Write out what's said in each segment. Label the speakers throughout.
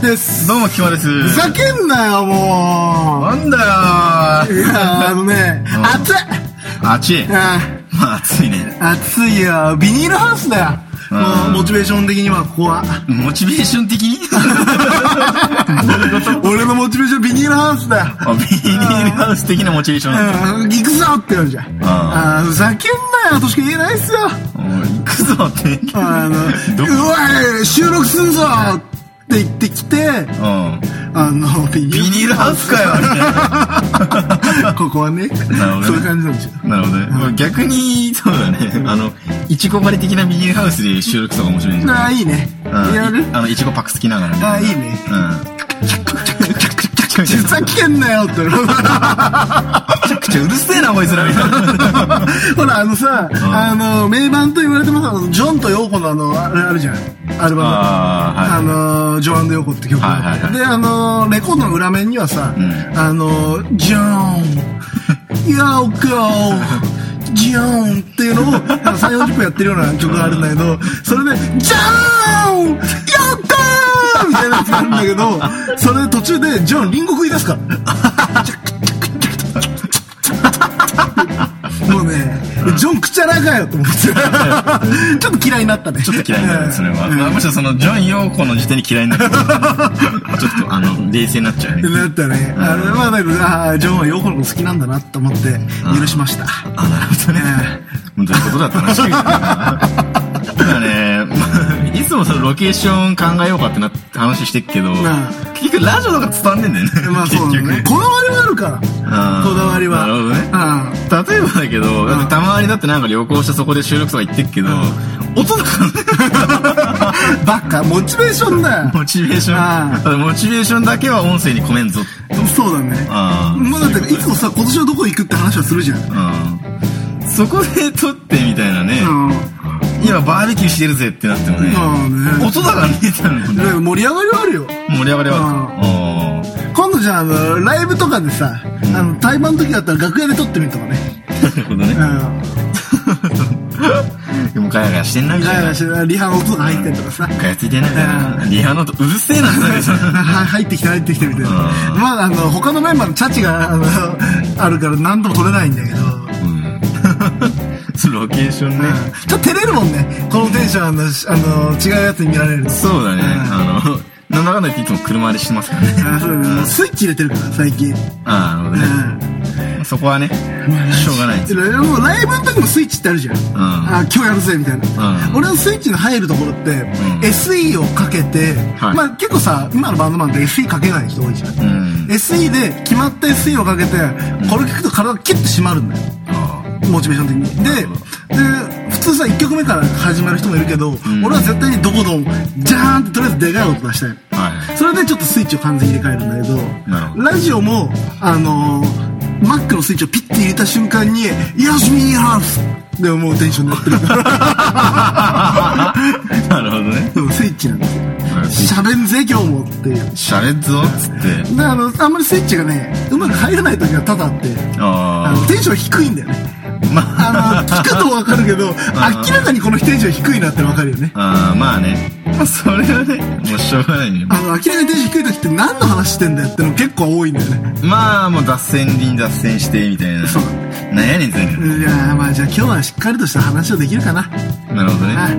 Speaker 1: です。
Speaker 2: どうも、キマです。
Speaker 1: ふざけんなよ、も
Speaker 2: なんだよ
Speaker 1: う。いや、あのね、暑い
Speaker 2: ー。暑い。
Speaker 1: あ
Speaker 2: まあ、暑いね。
Speaker 1: あ暑いよ。ビニールハウスだよ。
Speaker 2: うん
Speaker 1: もうモチベーション的にはここは。
Speaker 2: モチベーション的に
Speaker 1: 俺のモチベーションビニールハウスだよ。
Speaker 2: あビニールハウス的なモチベーション。
Speaker 1: うん、行くぞって言うじゃん。ああふざけんなよとしか言えないっすよ。
Speaker 2: うん行くぞって。
Speaker 1: あの、
Speaker 2: ど
Speaker 1: うわい収録すんぞって言ってきて、
Speaker 2: うん。
Speaker 1: あの、ビ
Speaker 2: ビニールハウスかよみたいな。
Speaker 1: ここはね、そう
Speaker 2: ほどね
Speaker 1: いう感じなんですよ。
Speaker 2: なるほどね。まあ逆に、そうだね。あの、いちご狩り的なビニールハウスで収録とか面白いんじゃ
Speaker 1: あ
Speaker 2: な
Speaker 1: あ、
Speaker 2: い
Speaker 1: いいね。
Speaker 2: うん
Speaker 1: やる
Speaker 2: あの、いちごパクつきながらね。
Speaker 1: ああ、いいね。
Speaker 2: うん。チャックチャックチャックチャックチャック
Speaker 1: ふざけんなよって。
Speaker 2: チャックチャックうるせえな、こいつらみたいな。
Speaker 1: ほら、あのさ、あの、名盤と言われてます、あの、ジョンとヨーコのあの、あれあるじゃん。アルバム。
Speaker 2: ああ、はい。
Speaker 1: あのー、ジョアン・ド・ヨーコって曲、
Speaker 2: はいはいはい
Speaker 1: で、あのー、レコードの裏面にはさ、
Speaker 2: ん
Speaker 1: あのー、ジョーン、ヨーコ、ジョーンっていうのをなんか3、40分やってるような曲があるんだけど、それで、ジョーンヨーコみたいなやつがあるんだけど、それで途中でジョーン隣国言い出すから。もうね、ジョンくちゃらかよと思って。ちょっと嫌いになったね。ちょ
Speaker 2: ちょっと嫌いになる、それは。まあ、むしろその、ジョン・ヨーコの時点に嫌いになる。ちょっと、あの、冷静になっちゃうね。
Speaker 1: なったね。あれはだけど、ああ、ジョンはヨーコのこと好きなんだなと思って、許しました。
Speaker 2: あ、なるほどね。本当にことだったらしいな。だからね、まあいつもそのロケーション考えようかってな話してっけど
Speaker 1: まあ、
Speaker 2: 結局ラジオとか伝わんねえんだよね。
Speaker 1: まあ
Speaker 2: 結
Speaker 1: そうだ
Speaker 2: 局。
Speaker 1: ね。こだわりはあるから。こ
Speaker 2: あー
Speaker 1: だわりは。
Speaker 2: なるほどね。
Speaker 1: あ
Speaker 2: 例えばだけど、だってたまにだってなんか旅行してそこで収録とか行ってっけど、音とかね
Speaker 1: あ。ばっか、モチベーションだよ。
Speaker 2: モチベーシ
Speaker 1: あ
Speaker 2: ョン、モチベーションだけは音声に込めんぞ。
Speaker 1: そうだね。
Speaker 2: あー
Speaker 1: もうだって、いつもさ、今年はどこ行くって話はするじゃん。う
Speaker 2: うんそこで撮ってみたいなね、
Speaker 1: ん。
Speaker 2: 今バーベキューしてるぜってなってもね、
Speaker 1: まあね
Speaker 2: 音だから見えたのも
Speaker 1: だ
Speaker 2: ね
Speaker 1: から盛り上がりはあるよ。
Speaker 2: 盛り上がりはある
Speaker 1: 今度じゃあ、あの、ライブとかでさ、あの、対バンの時だったら楽屋で撮ってみるとかね。
Speaker 2: うんなるほどね
Speaker 1: う、ん。
Speaker 2: でもガヤガヤしてんなみ
Speaker 1: ガ
Speaker 2: た
Speaker 1: ヤ
Speaker 2: い
Speaker 1: ガ
Speaker 2: な
Speaker 1: ヤしてるリハの音が入ってるとかさ。
Speaker 2: ガヤついてんなみたいなリハの音うるせえなみたいな
Speaker 1: は入ってきた入ってきたみたいな
Speaker 2: う。ん
Speaker 1: まあ、あの、他のメンバーのチャチが、あの、あるから何度も取れないんだけど。
Speaker 2: そのロケーションね、
Speaker 1: ちょっと照れるもんね。このテンション、あの、しあの違うやつに見られると。
Speaker 2: そうだね、
Speaker 1: うん
Speaker 2: あのなんだかんだ言っていつも車でしてますからね
Speaker 1: あそうだねスイッチ入れてるから、最近。
Speaker 2: ああなるほど
Speaker 1: う
Speaker 2: ねそこはねしょうがないです
Speaker 1: ん。でもうライブの時もスイッチってあるじゃん。あ今日やるぜ、みたいな。
Speaker 2: うん
Speaker 1: 俺のスイッチの入るところって、SE をかけて、
Speaker 2: はい
Speaker 1: まあ結構さ、今のバンドマンって SE かけない人多いじゃん。
Speaker 2: うん
Speaker 1: SE で決まった SE をかけて、これ聞くと体がキュッと締まるんだよ。
Speaker 2: あ
Speaker 1: モチベーション的に。で、で、普通さ、1曲目から始まる人もいるけど、俺は絶対にどこどん、ジャーンってとりあえずでかい音出したい。
Speaker 2: あはい
Speaker 1: それでちょっとスイッチを完全に入れ替えるんだ
Speaker 2: なる
Speaker 1: け
Speaker 2: ほ
Speaker 1: ど、
Speaker 2: ど
Speaker 1: ラジオも、あのー、マックのスイッチをピッて入れた瞬間に、よし、ミニハウスでもうテンションになってる から、
Speaker 2: なるほどね
Speaker 1: うんスイッチなんですよ。喋んぜ、今日もっていう。
Speaker 2: しゃれっぞっつって
Speaker 1: で、あの、あんまりスイッチがね、うまく入らない時は多々あって、あ
Speaker 2: あ
Speaker 1: のテンション低いんだよね。
Speaker 2: あまあ
Speaker 1: あの、聞くとわかる けど、明らかにこのテンション低いなってわかるよね。
Speaker 2: ああ、まあね。 まあ、それはね、もうしょうがないね。
Speaker 1: あの、明らかにテンション低い時って何の話してんだよっての結構多いんだよね。
Speaker 2: まあ、もう脱線に脱線して、みたいな。
Speaker 1: そう
Speaker 2: なんやねん、全部。
Speaker 1: いやーまあじゃあ今日はしっかりとした話をできるかな。
Speaker 2: なるほどね
Speaker 1: はい。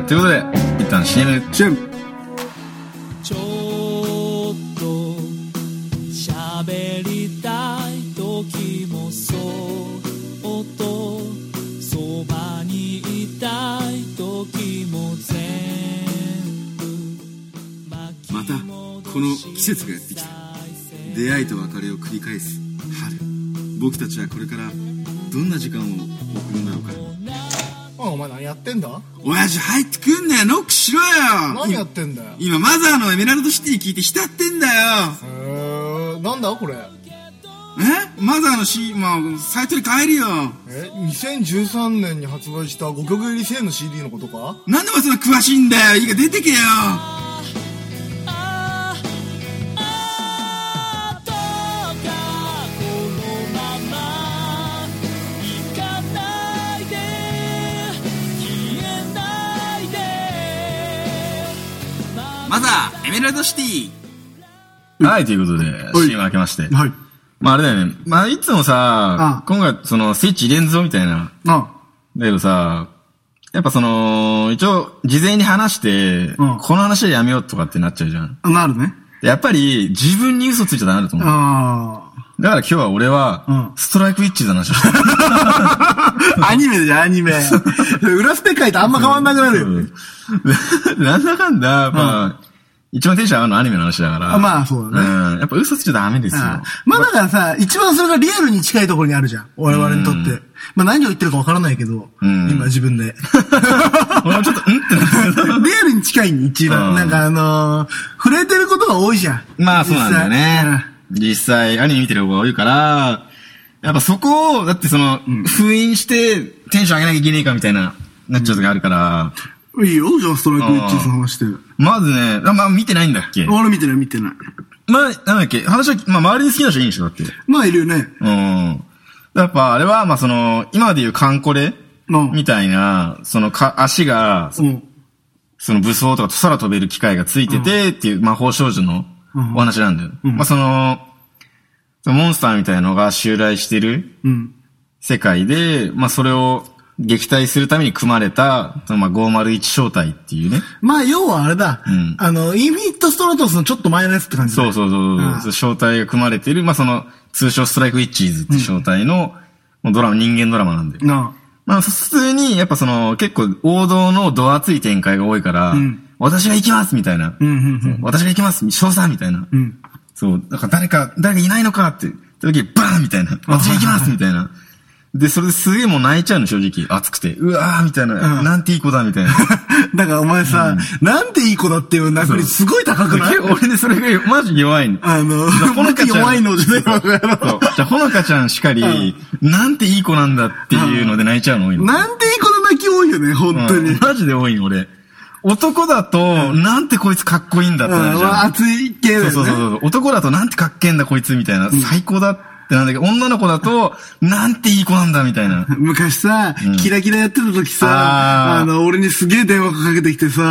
Speaker 2: うん、ということで、一旦 CM。
Speaker 1: シュン
Speaker 3: ちょっと喋りたい時もそっとそばにいたい時も全部
Speaker 4: またこの季節がやってきた出会いと別れを繰り返す春僕たちはこれからどんな時間を送るんだろうか
Speaker 1: お前何やってんだ
Speaker 4: 親父入ってくんなよノックしろよ
Speaker 1: 何やってんだよ。
Speaker 4: 今マザーのエメラルドシティ聞いて浸ってんだよ
Speaker 1: えー、なんだこれ。
Speaker 4: えマザーのシーンもサイトに変えるよ
Speaker 1: え、2013年に発売した5曲入り1000の CD のことか
Speaker 4: なんでもそんな詳しいんだよいいから出てけよ
Speaker 3: ああどうかこのまま行かないで消えないで
Speaker 4: マザーエメラルドシティ
Speaker 2: はい、ということ
Speaker 1: い
Speaker 2: で、CM 明けまして。
Speaker 1: はい。
Speaker 2: まああれだよね。まあいつもさ
Speaker 1: あ、
Speaker 2: 今回そのスイッチ入れんぞみたいな。
Speaker 1: あ
Speaker 2: だけどさ、やっぱその、一応事前に話して、
Speaker 1: うん
Speaker 2: この話はやめようとかってなっちゃうじゃん。
Speaker 1: あ、なるね。
Speaker 2: でやっぱり自分に嘘ついちゃダメだと思う。
Speaker 1: あ
Speaker 2: だから今日は俺は
Speaker 1: う、ん
Speaker 2: ストライクウィッチーの話をしてる。
Speaker 1: あ。アニメじゃん、アニメ。裏スペ書いてあんま変わんなくなるよ。
Speaker 2: でなんだかんだ、やっぱ、一番テンション上がるのはアニメの話だから。
Speaker 1: あまあそうだね
Speaker 2: ね。ん。やっぱ嘘ついちゃダメですよ。
Speaker 1: ああまあだからさ、一番それがリアルに近いところにあるじゃん。我々にとって。まあ何を言ってるかわからないけど、
Speaker 2: ん
Speaker 1: 今自分で。
Speaker 2: 俺もちょっと、んってなってる。
Speaker 1: リアルに近いに一番。
Speaker 2: うん
Speaker 1: なんかあのー触れてることが多いじゃん。
Speaker 2: まあそうなんだよ
Speaker 1: 実
Speaker 2: ね
Speaker 1: 際。
Speaker 2: 実際、アニメ見てる方が多いから、やっぱそこを、だってその、封印してテンション上げなきゃいけねえかみたいな、なっちゃう時あるか
Speaker 1: う
Speaker 2: ら、
Speaker 1: んいいよ、じゃあストライクウィッチーズの話して。
Speaker 2: まずね、あまあ見てないんだっけまあ、
Speaker 1: 俺見てない見てない。
Speaker 2: なんだっけ話は、まあ周りに好きな人いいんでしょだって。
Speaker 1: まあいるよね。
Speaker 2: うん。やっぱあれは、まあその、今まで言うカンコレ
Speaker 1: うん
Speaker 2: みたいな、そのか、足が、
Speaker 1: うん。
Speaker 2: その武装とか空飛べる機械がついててっていう魔法少女の
Speaker 1: うん
Speaker 2: お話なんだよ。まあその、そのモンスターみたいなのが襲来してる
Speaker 1: うん。
Speaker 2: 世界で、まあそれを撃退するために組まれた、そのまあ501正体っていうね。
Speaker 1: まあ要はあれだ。
Speaker 2: ん
Speaker 1: あの、インフィニットストラトスのちょっと前のやつって感じだ
Speaker 2: そうそうそうそう
Speaker 1: ああ
Speaker 2: 正体が組まれてる、まあその、通称ストライクウィッチーズって正体の、もうドラマ、人間ドラマなんだよ。
Speaker 1: な
Speaker 2: まあ、普通に、やっぱその、結構王道のドアつい展開が多いから、
Speaker 1: ん
Speaker 2: 私が行きますみたいな。
Speaker 1: あ。うん、うん、うん。
Speaker 2: 私が行きます賞賛みたいな。
Speaker 1: うん。
Speaker 2: そう。だから誰か、誰かいないのかって、って時にバーンみたいな。私が行きますみたいな。で、それですげえもう泣いちゃうの、正直。熱くて。うわーみたいな。
Speaker 1: うん
Speaker 2: なんていい子だみ たいな。
Speaker 1: だからお前さ、なんていい子だっていう殴りすごい高くない
Speaker 2: 結構俺ね、それがマジ弱いの。
Speaker 1: あの、
Speaker 2: じゃあほ
Speaker 1: な
Speaker 2: の
Speaker 1: んか
Speaker 2: かちゃん
Speaker 1: 弱いのじゃないわ
Speaker 2: そう。じゃあ、ほのかちゃんしかり、なんていい子なんだっていうので泣いちゃうの、多いの。
Speaker 1: なんていい子の泣き多いよね、本当に。
Speaker 2: うんマジで多いの、俺。男だと、なんてこいつかっこいいんだってなるじ
Speaker 1: まあ
Speaker 2: ゃん。
Speaker 1: 熱い系だよ
Speaker 2: そう
Speaker 1: ね。
Speaker 2: そうそうそう。男だと、なんてかっけえんだ、こいつ、みたいな。最高だってなんだけど、女の子だと、なんていい子なんだ、みたいな。
Speaker 1: 昔さ、キラキラやってた時さ、
Speaker 2: あー
Speaker 1: あの、俺にすげえ電話かけてきてさ、
Speaker 2: う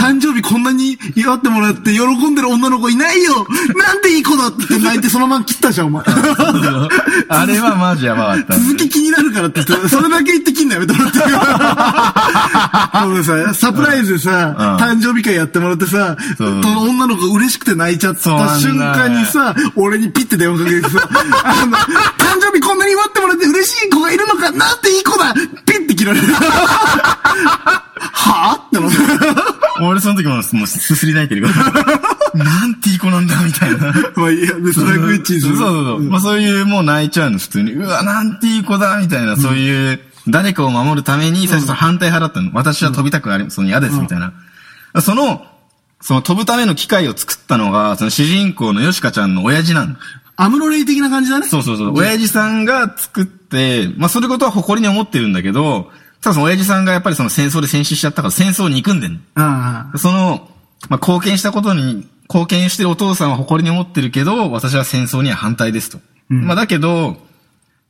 Speaker 2: ん
Speaker 1: 誕生日こんなに祝ってもらって喜んでる女の子いない よなんていい子だって泣いてそのまま切ったじゃん、お前。
Speaker 2: あれはマジやばかった。
Speaker 1: 続き気になるからって言 って、それだけ言ってきんなよ、と思って。俺さ、サプライズでさ、
Speaker 2: うん
Speaker 1: 誕生日会やってもらってさ、そ
Speaker 2: そう
Speaker 1: の女の子嬉しくて泣いちゃった
Speaker 2: そうなんだ
Speaker 1: 瞬間にさ、俺にピッて電話かけてさ、あの、誕生日こんなに祝ってもらって嬉しい子がいるのかなんていい子だピッて切られた。はぁって思って。
Speaker 2: 俺その時も、もうすすり泣いてるから。なんていい子なんだ、みたいな。
Speaker 1: まあいいや、で、ストライクイッチーズ。
Speaker 2: そうそうそう。まあそういう、もう泣いちゃうの、普通に。うわ、なんていい子だ、みたいな、そういう、誰かを守るために、最初その反対派だったの。私は飛びたくあり、その嫌です、みたいな。その、その飛ぶための機械を作ったのが、その主人公のヨシカちゃんの親父なの。
Speaker 1: アムロレイ的な感じだね。
Speaker 2: そうそうそう。親父さんが作って、まあそれことは誇りに思ってるんだけど、ただその親父さんがやっぱりその戦争で戦死しちゃったから戦争に憎んでんの。
Speaker 1: あ
Speaker 2: その、まあ、貢献したことに、貢献してるお父さんは誇りに思ってるけど、私は戦争には反対ですと。
Speaker 1: ん
Speaker 2: まあ、だけど、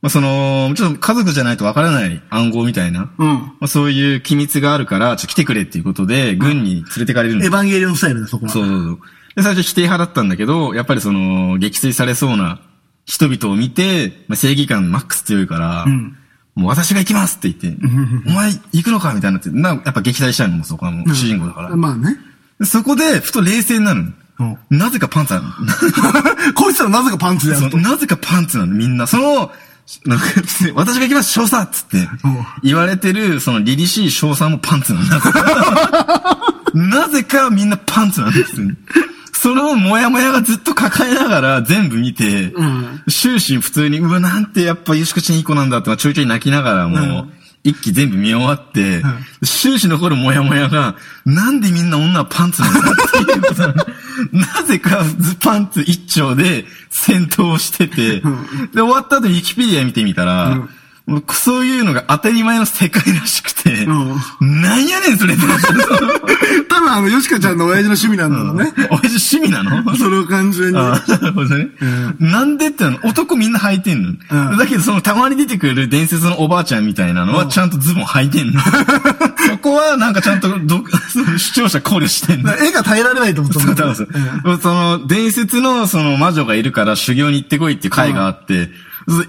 Speaker 2: まあ、その、ちょっと家族じゃないとわからない暗号みたいな、
Speaker 1: あ。う
Speaker 2: ま
Speaker 1: ん。
Speaker 2: あ、そういう機密があるから、ちょっと来てくれっていうことで、軍に連れてかれるん
Speaker 1: エ
Speaker 2: で
Speaker 1: ヴァンゲリオンスタイルだ、そこは。
Speaker 2: そうそうそう。で、最初否定派だったんだけど、やっぱりその、撃墜されそうな人々を見て、まあ、正義感マックス強いから、
Speaker 1: ん
Speaker 2: もう私が行きますって言って、お前行くのかみたいになって、な、やっぱ撃退したいのもうそこはもう主人公だから。
Speaker 1: まあね。
Speaker 2: でそこで、ふと冷静になるの。
Speaker 1: うん
Speaker 2: なぜかパンツなの。
Speaker 1: こいつらなぜかパンツでや
Speaker 2: そ
Speaker 1: ると。
Speaker 2: のなぜかパンツなの、みんな。その、なんか 私が行きます、少佐っつって、言われてる、その、凛々しい少佐もパンツなんだ。なぜかみんなパンツなんですよね。それをもやもやがずっと抱えながら全部見て、
Speaker 1: ん
Speaker 2: 終始普通に、うわ、なんてやっぱゆしこちゃんいい子なんだって、ちょいちょい泣きながらもう、一気全部見終わって、終始残るもやもやが、なんでみんな女はパンツなんだ っていうことなのなぜかズパンツ一丁で戦闘をしてて、で、終わった後ウィキペディア見てみたら、もうそういうのが当たり前の世界らしくて、なんやねんそれって 思ったんですよ
Speaker 1: 多分あの、ヨシカちゃんの親父の趣味なんだろうね。
Speaker 2: おやじ趣味なの
Speaker 1: それを完全に。
Speaker 2: ああ、なるほどね。なんでってのは男みんな履いてんの。
Speaker 1: うん
Speaker 2: だけど、そのたまに出てくる伝説のおばあちゃんみたいなのはちゃんとズボン履いてんの。そこはなんかちゃんとど その視聴者考慮してんの
Speaker 1: だ。から絵が耐えられないと思った
Speaker 2: そ
Speaker 1: ん
Speaker 2: う
Speaker 1: だ
Speaker 2: 多
Speaker 1: ろ
Speaker 2: 分
Speaker 1: う
Speaker 2: そ
Speaker 1: ね
Speaker 2: うその、伝説のその魔女がいるから修行に行ってこいっていう会があって、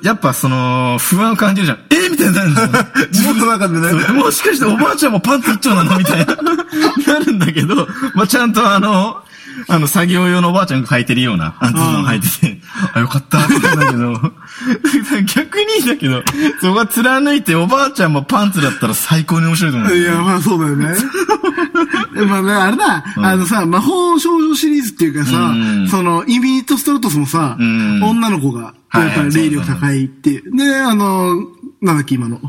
Speaker 2: やっぱその、不安を感じるじゃん。えーみたいになるんだよね
Speaker 1: 自分の中でね。
Speaker 2: そうもしかしておばあちゃんもパンツ一丁なのみたいな、なるんだけど、まあ、ちゃんとあの、あの、作業用のおばあちゃんが履いてるような、あのズボン履いてて、あ、よかった、って言うんだけど、逆にだけど、そこが貫いておばあちゃんもパンツだったら最高に面白いと思う。
Speaker 1: いや、まあそうだよ ね。まあね、あれだ、あのさ、魔法少女シリーズっていうかさ
Speaker 2: うん、
Speaker 1: その、イミート・ストロトスもさ、
Speaker 2: うん
Speaker 1: 女の子が、やっぱり霊力高いっていう。で、あの、なんだっけ今の、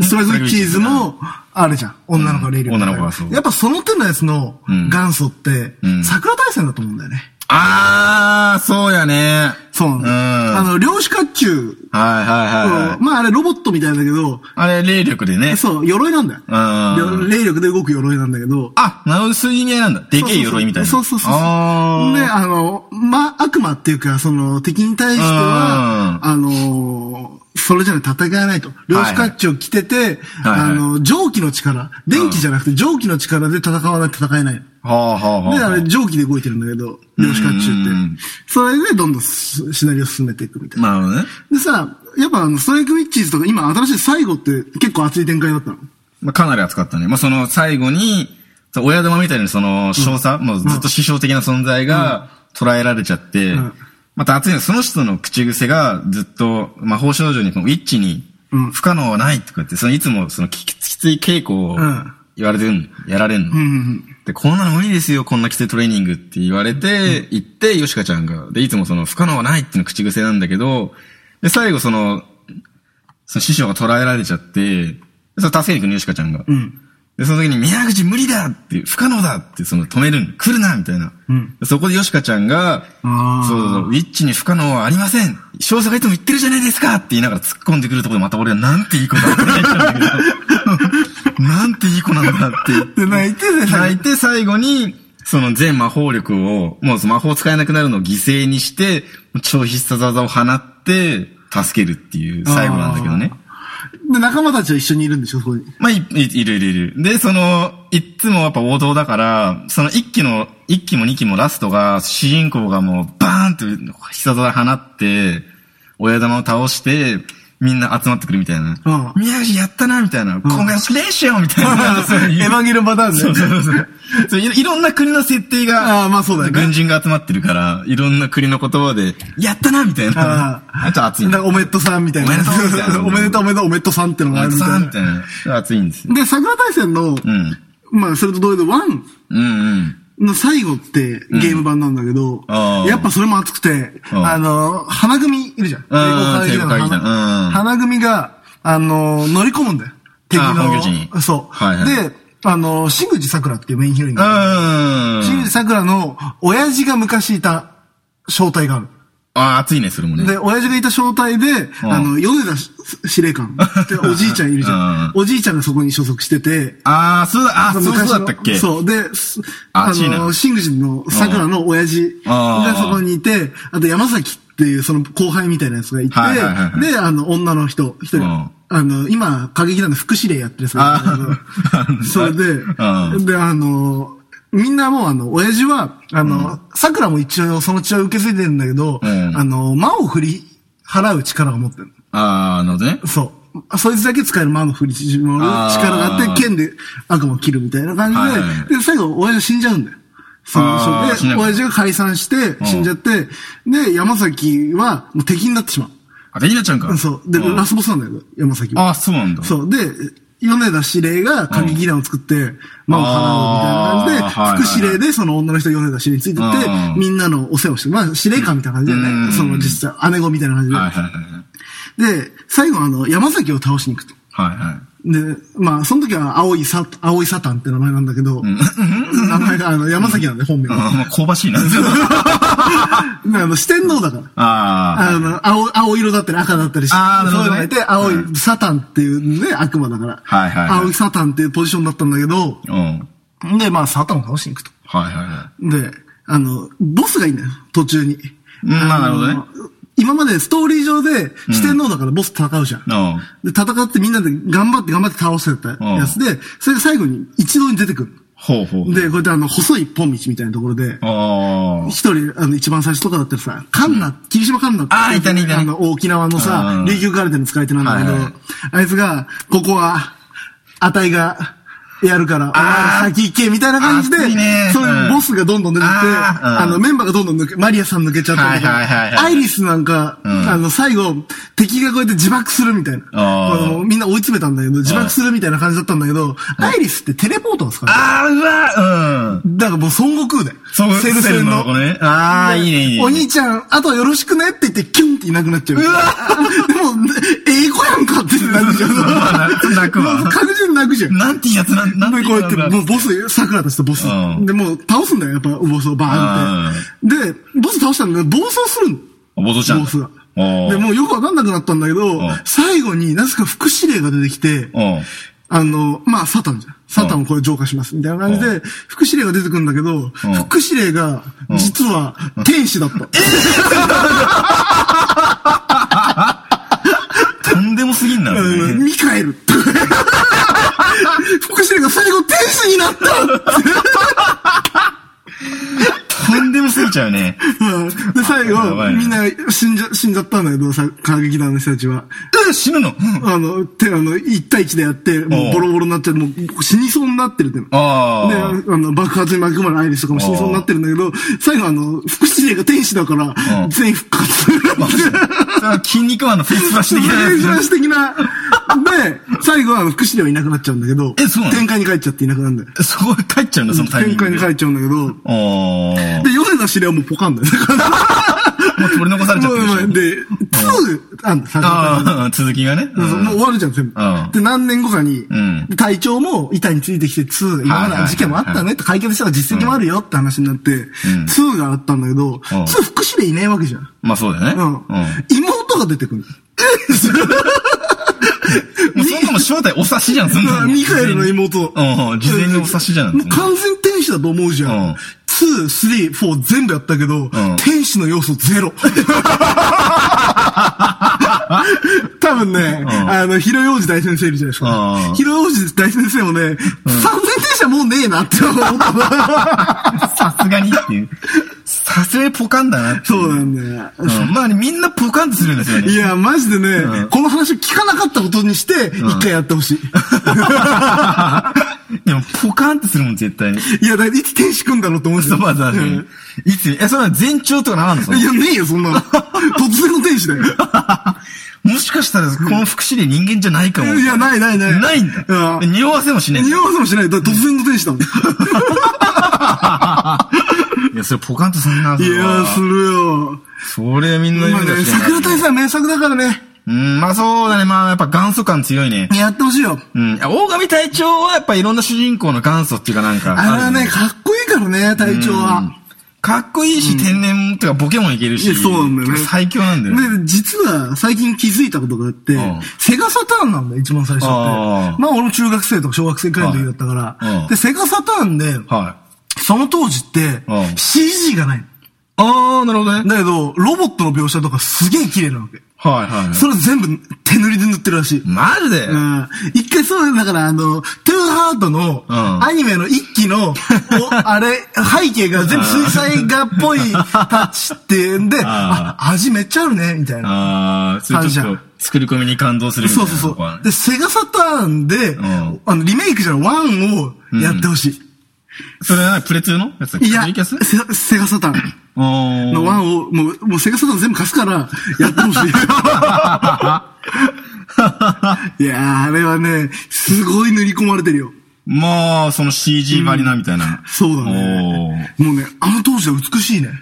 Speaker 1: ストライクチーズも、あるじゃん。女の子が霊力高い。
Speaker 2: うん女の子がそう
Speaker 1: やっぱその手のやつの
Speaker 2: うん
Speaker 1: 元祖って
Speaker 2: うん、
Speaker 1: 桜大戦だと思うんだよね。
Speaker 2: あー、そうやね。
Speaker 1: そうなんだよ。
Speaker 2: うん
Speaker 1: あの、漁師甲冑、
Speaker 2: はいはいはいはい。
Speaker 1: まああれロボットみたいだけど、
Speaker 2: あれ、霊力でね。
Speaker 1: そう、鎧なんだよ。
Speaker 2: うん
Speaker 1: 霊力で動く鎧なんだけど、
Speaker 2: あ、なおす意味合いなんだ。でけえ鎧みたいな。
Speaker 1: そうそうそうそう。
Speaker 2: あー
Speaker 1: で、あの、ま、悪魔っていうか、その、敵に対しては、
Speaker 2: う
Speaker 1: あの、それじゃない、戦えないと。量子甲冑を着てて、
Speaker 2: はいはい
Speaker 1: あの、蒸気の力、電気じゃなくて蒸気の力で戦わないと戦えない。
Speaker 2: はあはあはあ。
Speaker 1: で、あれ、蒸気で動いてるんだけど、量子甲
Speaker 2: う
Speaker 1: 冑っ
Speaker 2: ん
Speaker 1: て。それで、どんどんすシナリオ進めていくみたいな。
Speaker 2: なるほどね。
Speaker 1: でさ、やっぱあの、ストライクウィッチーズとか、今新しい最後って結構熱い展開だったの。
Speaker 2: まあ、かなり熱かったね。まあ、その最後に、そう親玉みたいにその少佐、もうずっと師匠的な存在が捉えられちゃって、
Speaker 1: うん
Speaker 2: また熱いのはその人の口癖がずっと魔法少女にこのウィッチに
Speaker 1: うん
Speaker 2: 不可能はないとかって、そのいつもそのききつい稽古を
Speaker 1: うん
Speaker 2: 言われてるの、やられるの。
Speaker 1: うんうんうん。
Speaker 2: で、こんなの無理ですよ、こんなきついトレーニングって言われて、行って、ヨシカちゃんが。で、いつもその、不可能はないっていうの口癖なんだけど、で、最後その、その師匠が捕らえられちゃって、でその助けに来るのヨシカちゃんが。
Speaker 1: うん。
Speaker 2: で、その時に、宮口無理だって、不可能だって、その止めるの来るなみたいな。
Speaker 1: ん
Speaker 2: でそこでヨシカちゃんが、
Speaker 1: あー
Speaker 2: そうそうそう、ウィッチに不可能はありません少佐がいつも言ってるじゃないですかって言いながら突っ込んでくるところでまた俺はなんていい子なんだって言っちゃうん だけど、なんていい子なんだって言って
Speaker 1: で、泣いてね、
Speaker 2: 泣いて最後に、その全魔法力を、もう魔法使えなくなるのを犠牲にして、超必殺技を放って、助けるっていう最後なんだけどね。
Speaker 1: で、仲間たちは一緒にいるんでしょ、そこに。
Speaker 2: まあ、い、いいるいるいる。で、その、いっつもやっぱ王道だから、その一期の、一期も二期もラストが、主人公がもうバーンと必殺技放って、親玉を倒して、みんな集まってくるみたいな。
Speaker 1: う
Speaker 2: 宮口やったなみたいな。コングラスレーションみたいな。 そういう
Speaker 1: エヴァンゲルパターンね。
Speaker 2: そうそうそうそうい。いろんな国の設定が、
Speaker 1: ああ、まあそうだよね。
Speaker 2: 軍人が集まってるから、いろんな国の言葉で、やったなみたいな
Speaker 1: あ。あ
Speaker 2: あと熱い
Speaker 1: なん
Speaker 2: ん
Speaker 1: かおめっとさんみたいな。
Speaker 2: おめでとうみたいな
Speaker 1: おめでとうおめでとうおめでとうさんってのがあるみたい
Speaker 2: さ
Speaker 1: な。
Speaker 2: んみたいな。熱いんですよ。
Speaker 1: で、桜大戦の、
Speaker 2: うん。
Speaker 1: まあそれと同様でワン
Speaker 2: うんうん。
Speaker 1: の最後ってゲーム版なんだけど、
Speaker 2: ああ
Speaker 1: やっぱそれも熱くて、
Speaker 2: ああ
Speaker 1: あの、花組いるじゃん。
Speaker 2: ああ
Speaker 1: 帝国
Speaker 2: 帝国会議団うん
Speaker 1: 花花組が、あの、乗り込むんだよ。敵
Speaker 2: ああ本拠地に
Speaker 1: の。そう。
Speaker 2: はいはい
Speaker 1: で、あの、新口桜っていうメインヒロイン
Speaker 2: う
Speaker 1: が、
Speaker 2: ん。
Speaker 1: 新口桜の親父が昔いた正体がある。
Speaker 2: あ、熱いね、それもね。
Speaker 1: で、親父がいた正体で、
Speaker 2: ん
Speaker 1: あの、米田し司令官っておじいちゃんいるじゃん。
Speaker 2: う
Speaker 1: おじいちゃんがそこに所属してて、
Speaker 2: ああ、そうだ、あそうそう
Speaker 1: 昔の
Speaker 2: だったっけ
Speaker 1: そう。で、す
Speaker 2: あ
Speaker 1: あ
Speaker 2: 椎名
Speaker 1: の、新口の桜の親父
Speaker 2: あ
Speaker 1: が
Speaker 2: ー
Speaker 1: そこにいて、あと山崎っていうその後輩みたいなやつがいて、
Speaker 2: はいはいはいはい
Speaker 1: で、あの、女の人、一
Speaker 2: うん
Speaker 1: 人。あの、今、過激団の副司令やってるそう
Speaker 2: あ ー
Speaker 1: それで
Speaker 2: うん、
Speaker 1: で、あの、みんなもうあの、親父は、あの、桜も一応その血を受け継いでるんだけど、
Speaker 2: うん
Speaker 1: あの、魔を振り払う力を持ってるの。
Speaker 2: ああ、なるほどね。
Speaker 1: そう。そいつだけ使える魔の振り絞る力があ
Speaker 2: あ
Speaker 1: っ
Speaker 2: ー
Speaker 1: て、剣で悪魔を切るみたいな感じで、
Speaker 2: はいはい
Speaker 1: で、最後、親父死んじゃうんだよ。その
Speaker 2: あー
Speaker 1: で
Speaker 2: 死んじゃう
Speaker 1: 親父が解散して、死んじゃって、で、山崎はもう敵になってしま
Speaker 2: あ、できなちゃんか。
Speaker 1: う。そう。で、
Speaker 2: ん
Speaker 1: ラスボスなんだよ、山崎は。
Speaker 2: あそうなんだ。
Speaker 1: そう。で、米田司令が過激団を作って、魔を払うみたいな
Speaker 2: あー
Speaker 1: 感じで、副司令でその女の人米田司令についてって
Speaker 2: うん、
Speaker 1: みんなのお世話をして、まあ司令官みたいな感じだよ
Speaker 2: うん
Speaker 1: ね。その実際、姉子みたいな感じで。
Speaker 2: はいはいはい。
Speaker 1: で、最後あの、山崎を倒しに行くと。
Speaker 2: はいはい。
Speaker 1: で、まあ、その時は青いサ、青いサタンって名前なんだけど、名前があの、山崎なんで、本名
Speaker 2: あ
Speaker 1: が。
Speaker 2: まあ、香ばしいな。
Speaker 1: あの、四天王だから。
Speaker 2: あ
Speaker 1: あの、青、青色だったり赤だったりして、
Speaker 2: あーなるほどね
Speaker 1: そういうのがいて、青
Speaker 2: う
Speaker 1: いサタンっていうね、悪魔だから。
Speaker 2: はいはいはい
Speaker 1: 青いサタンっていうポジションだったんだけど、
Speaker 2: あ。うん。
Speaker 1: で、まあ、サタンを倒しに行くと。
Speaker 2: はいはいは
Speaker 1: で、あの、ボスがいいんだよ、途中に。
Speaker 2: うんまあなるほどね
Speaker 1: の今までストーリー上で、四天王だからボス戦うじゃん。
Speaker 2: う
Speaker 1: で、
Speaker 2: ん
Speaker 1: 戦ってみんなで頑張って頑張って倒せたやつで、それが最後に一堂に出てくる。
Speaker 2: い。ほうほうほう。
Speaker 1: で、こうやってあの、細い一本道みたいなところで、
Speaker 2: ああ。
Speaker 1: 一人、あの、一番最初とかだったらさ、カンナ、霧島カンナって。
Speaker 2: あーいたねいたね
Speaker 1: あの、沖縄の
Speaker 2: う
Speaker 1: さ
Speaker 2: ん、
Speaker 1: 琉球ガルデンの使い手なんだけど、
Speaker 2: はいはい
Speaker 1: あいつが、ここは、あたいが、やるから、お前ら先行け、みたいな感じで、
Speaker 2: 熱いね
Speaker 1: そういううんボスがどんどん出てって、
Speaker 2: あーうん
Speaker 1: あの、メンバーがどんどん抜け、マリアさん抜けちゃったりとか、
Speaker 2: はいはいはいはい
Speaker 1: アイリスなんか、
Speaker 2: ん
Speaker 1: あの、最後、敵がこうやって自爆するみたいな。
Speaker 2: あー
Speaker 1: あのみんな追い詰めたんだけど、自爆するみたいな感じだったんだけど、アイリスってテレポートを使う。
Speaker 2: ああ、うわうん。
Speaker 1: だからもう孫悟空だよ。
Speaker 2: 孫悟空
Speaker 1: セル戦の
Speaker 2: セルの子ねあー
Speaker 1: で
Speaker 2: いいねいいね
Speaker 1: お兄ちゃん、あとよろしくねって言って、キュンっていなくなっちゃう。うわでも、英語やんかってなるじゃん。
Speaker 2: まあ泣くわ
Speaker 1: もう 確実に泣くじゃん。
Speaker 2: なんていいやつなん、なんてい
Speaker 1: で、
Speaker 2: い
Speaker 1: こうやって、
Speaker 2: やつ
Speaker 1: もうボス、桜たちとボス。
Speaker 2: うん
Speaker 1: で、もう倒すんだよ、やっぱ、ボスをバーンって。で、ボス倒したんだけど、暴走するの。
Speaker 2: お坊ちゃん。
Speaker 1: ボスが。
Speaker 2: おー
Speaker 1: で、もうよくわかんなくなったんだけど
Speaker 2: ん、
Speaker 1: 最後になぜか副指令が出てきて、
Speaker 2: うん。
Speaker 1: あの、まあ、サタンじゃん。サタンをこれ浄化します。みたいな感じ
Speaker 2: う
Speaker 1: で、副司令が出てくるんだけど、副司令が、実は、天使だった。
Speaker 2: とんでもすぎんな。
Speaker 1: うんミカエル。 副司令が最後天使にな った
Speaker 2: とんでもすぎちゃうね。
Speaker 1: うんで、最
Speaker 2: やば
Speaker 1: 後、
Speaker 2: いね
Speaker 1: みんな死んじゃ、死んじゃったんだけど、さ、歌劇団の人たちは。
Speaker 2: うん、死ぬの。うん
Speaker 1: あの、て、あの、一対一でやって、もうボロボロになっちゃって、もう死にそうになってるって。
Speaker 2: あ
Speaker 1: で、
Speaker 2: あ。
Speaker 1: あの、爆発に巻き込まれるアイリスとかも死にそうになってるんだけど、最後あの、副司令が天使だから
Speaker 2: う、ん
Speaker 1: 全員復活する
Speaker 2: 筋肉マンのフェイスフラッシュ的な
Speaker 1: フェイスラ
Speaker 2: や
Speaker 1: ッシュ的な。で、最後はあの福祉ではいなくなっちゃうんだけど、
Speaker 2: えそうなの
Speaker 1: 展開に帰っちゃっていなくなるんだよ。
Speaker 2: つ。そこ帰っちゃうんだ、そのタイ
Speaker 1: 展
Speaker 2: ミング
Speaker 1: 開
Speaker 2: で。
Speaker 1: に帰っちゃうんだけど、
Speaker 2: おー。
Speaker 1: で、米田司令はもうポカンだよ。
Speaker 2: もう取り残されちゃっ
Speaker 1: も
Speaker 2: て
Speaker 1: う
Speaker 2: るで し
Speaker 1: も
Speaker 2: ょ
Speaker 1: うで、2あんだ、最初
Speaker 2: ああ、続きがね。う
Speaker 1: そうもうん終わるじゃん、全部
Speaker 2: うん。
Speaker 1: で、何年後かに
Speaker 2: ん、
Speaker 1: 隊長も板についてきて、2、今まで事件もあったねって解決したら実績もあるよって話になって、2があったんだけど、2福祉でいねえわけじゃん。
Speaker 2: まあそうだよね。
Speaker 1: う
Speaker 2: うんん。もう
Speaker 1: 妹が出てく る。
Speaker 2: そもそも正体お察しじゃん、そんなの
Speaker 1: ミカエルの妹。
Speaker 2: うんうん事前にお察しじゃん
Speaker 1: もう完全に天使だと思うじゃ
Speaker 2: うんん。
Speaker 1: 2、3、4全部やったけど、天使の要素ゼ ロ。多分ね、あの、広洋二大先生いるじゃないです
Speaker 2: う
Speaker 1: か
Speaker 2: ん。
Speaker 1: 広洋二大先生もね、三千天使はもうねえなって思った な
Speaker 2: さすがにっていう。さすがにポカンだなってい
Speaker 1: そうなんだよ。
Speaker 2: うんまあね、みんなポカンとするんですよね。
Speaker 1: いや、マジでね、この話を聞かなかったことにして、一回やって ほしい。
Speaker 2: でも、ポカンってするもん、絶対に。
Speaker 1: いや、だっていつ天使くんだろうと思ってた。
Speaker 2: まずあ
Speaker 1: う
Speaker 2: る
Speaker 1: ん。
Speaker 2: いつ、え、そんなの前兆とかなかんのその
Speaker 1: いや、ねえよ、そん なの。突然の天使だよ。
Speaker 2: もしかしたら、この副司令人間じゃないかも。
Speaker 1: いや、ないないない。
Speaker 2: ないんだ。
Speaker 1: うん
Speaker 2: 匂わせもしないんだ。
Speaker 1: 匂わせもしない。だって突然の天使だも ん。い
Speaker 2: いや、それポカンとすんな、それ
Speaker 1: やー、
Speaker 2: は。
Speaker 1: するよ。
Speaker 2: それみんな言
Speaker 1: まあ
Speaker 2: うんだ
Speaker 1: ね、
Speaker 2: し
Speaker 1: 桜大さん名作だからね。
Speaker 2: うん、まあそうだね。まあやっぱ元祖感強いね。
Speaker 1: やってほしいよ。
Speaker 2: うん。いや大神隊長はやっぱいろんな主人公の元祖っていうかなんか
Speaker 1: あれは
Speaker 2: るよ
Speaker 1: ね、かっこいいからね、隊長は。
Speaker 2: かっこいいし、天然とかボケもいける
Speaker 1: いや
Speaker 2: し。
Speaker 1: そうなんだよね
Speaker 2: 最強なんだよね。
Speaker 1: で、実は最近気づいたことがあって
Speaker 2: うん、
Speaker 1: セガサターンなんだよ、一番最初って。
Speaker 2: あー
Speaker 1: まあ俺も中学生とか小学生くらいの時だったか
Speaker 2: はい
Speaker 1: ら
Speaker 2: う。ん
Speaker 1: で、セガサターンで、
Speaker 2: はい。
Speaker 1: その当時って
Speaker 2: う、ん
Speaker 1: CG がないの。
Speaker 2: あー、なるほどね。
Speaker 1: だけど、ロボットの描写とかすげえ綺麗なわけ。
Speaker 2: はいはい。
Speaker 1: それ全部手塗りで塗ってるらしい。
Speaker 2: マジで
Speaker 1: うん一回そう、だからあの、トゥーハートの、
Speaker 2: ん
Speaker 1: アニメの一期 の、おあれ、背景が全部水彩画っぽいタッチっていうんで、あ、味めっちゃあるね、みたいな。
Speaker 2: あー、それちょっと作り込みに感動するみたい
Speaker 1: そう
Speaker 2: な
Speaker 1: そうそ
Speaker 2: とこはね。
Speaker 1: う。で、セガサターンで、
Speaker 2: ん
Speaker 1: あの、リメイクじゃない、ワンをやってほしい。
Speaker 2: それは何プレツーのやつだっけ
Speaker 1: いや
Speaker 2: ツイキャス
Speaker 1: セ、セガサターン
Speaker 2: お ー
Speaker 1: のワンを、もう、もうセガサターン全部貸すから、やってほし い。いやー、あれはね、すごい塗り込まれてるよ。
Speaker 2: まあ、その CG 張りなみたいな。
Speaker 1: そうだね。もうね、あの当時は美しいね。
Speaker 2: おー。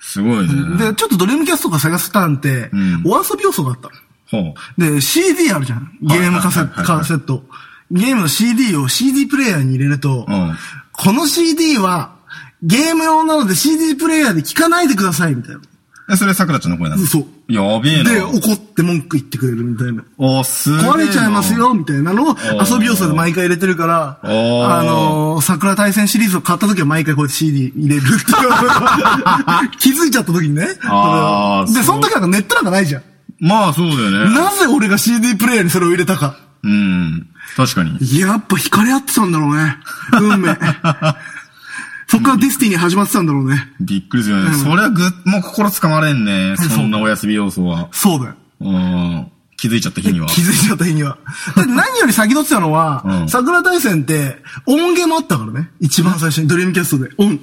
Speaker 2: すごいね。
Speaker 1: で、ちょっとドリームキャストとか探したんて、
Speaker 2: ん
Speaker 1: お遊び要素があった
Speaker 2: ほう。
Speaker 1: の。で、CD あるじゃん。ゲームカセット、
Speaker 2: はいはいはいはい
Speaker 1: カセット。ゲームの CD を CD プレイヤーに入れると、
Speaker 2: うん
Speaker 1: この CD は、ゲーム用なので CD プレイヤーで聞かないでください、みたいな。
Speaker 2: えそれ桜ちゃんの声なんです
Speaker 1: 嘘。
Speaker 2: やべえな。
Speaker 1: で、怒って文句言ってくれるみたいな。
Speaker 2: お、すげえな
Speaker 1: 壊れちゃいます。よ、みたいなのを遊び要素で毎回入れてるから、
Speaker 2: おー
Speaker 1: あのー桜対戦シリーズを買った時は毎回こうやって CD 入れるっ ていう。気づいちゃった時にね。
Speaker 2: あー
Speaker 1: それはで、
Speaker 2: そ
Speaker 1: そうの時なんかネットなんかないじゃん。
Speaker 2: まあ、そうだよね。
Speaker 1: なぜ俺が CD プレイヤーにそれを入れたか。
Speaker 2: うん。確かに。
Speaker 1: いややっぱ惹かれ合ってたんだろうね。 運命。そっからディスティニー始まってたんだろうね。
Speaker 2: びっくりするよね。そりゃぐっ、もう心つかまれんね。そんなお休み要素は。
Speaker 1: そうだよ。
Speaker 2: うん。気づいちゃった日には。
Speaker 1: 気づいちゃった日には。 だって何より先取ってたのは、
Speaker 2: うん
Speaker 1: 桜大戦って音源もあったからね。一番最初にドリームキャストで音、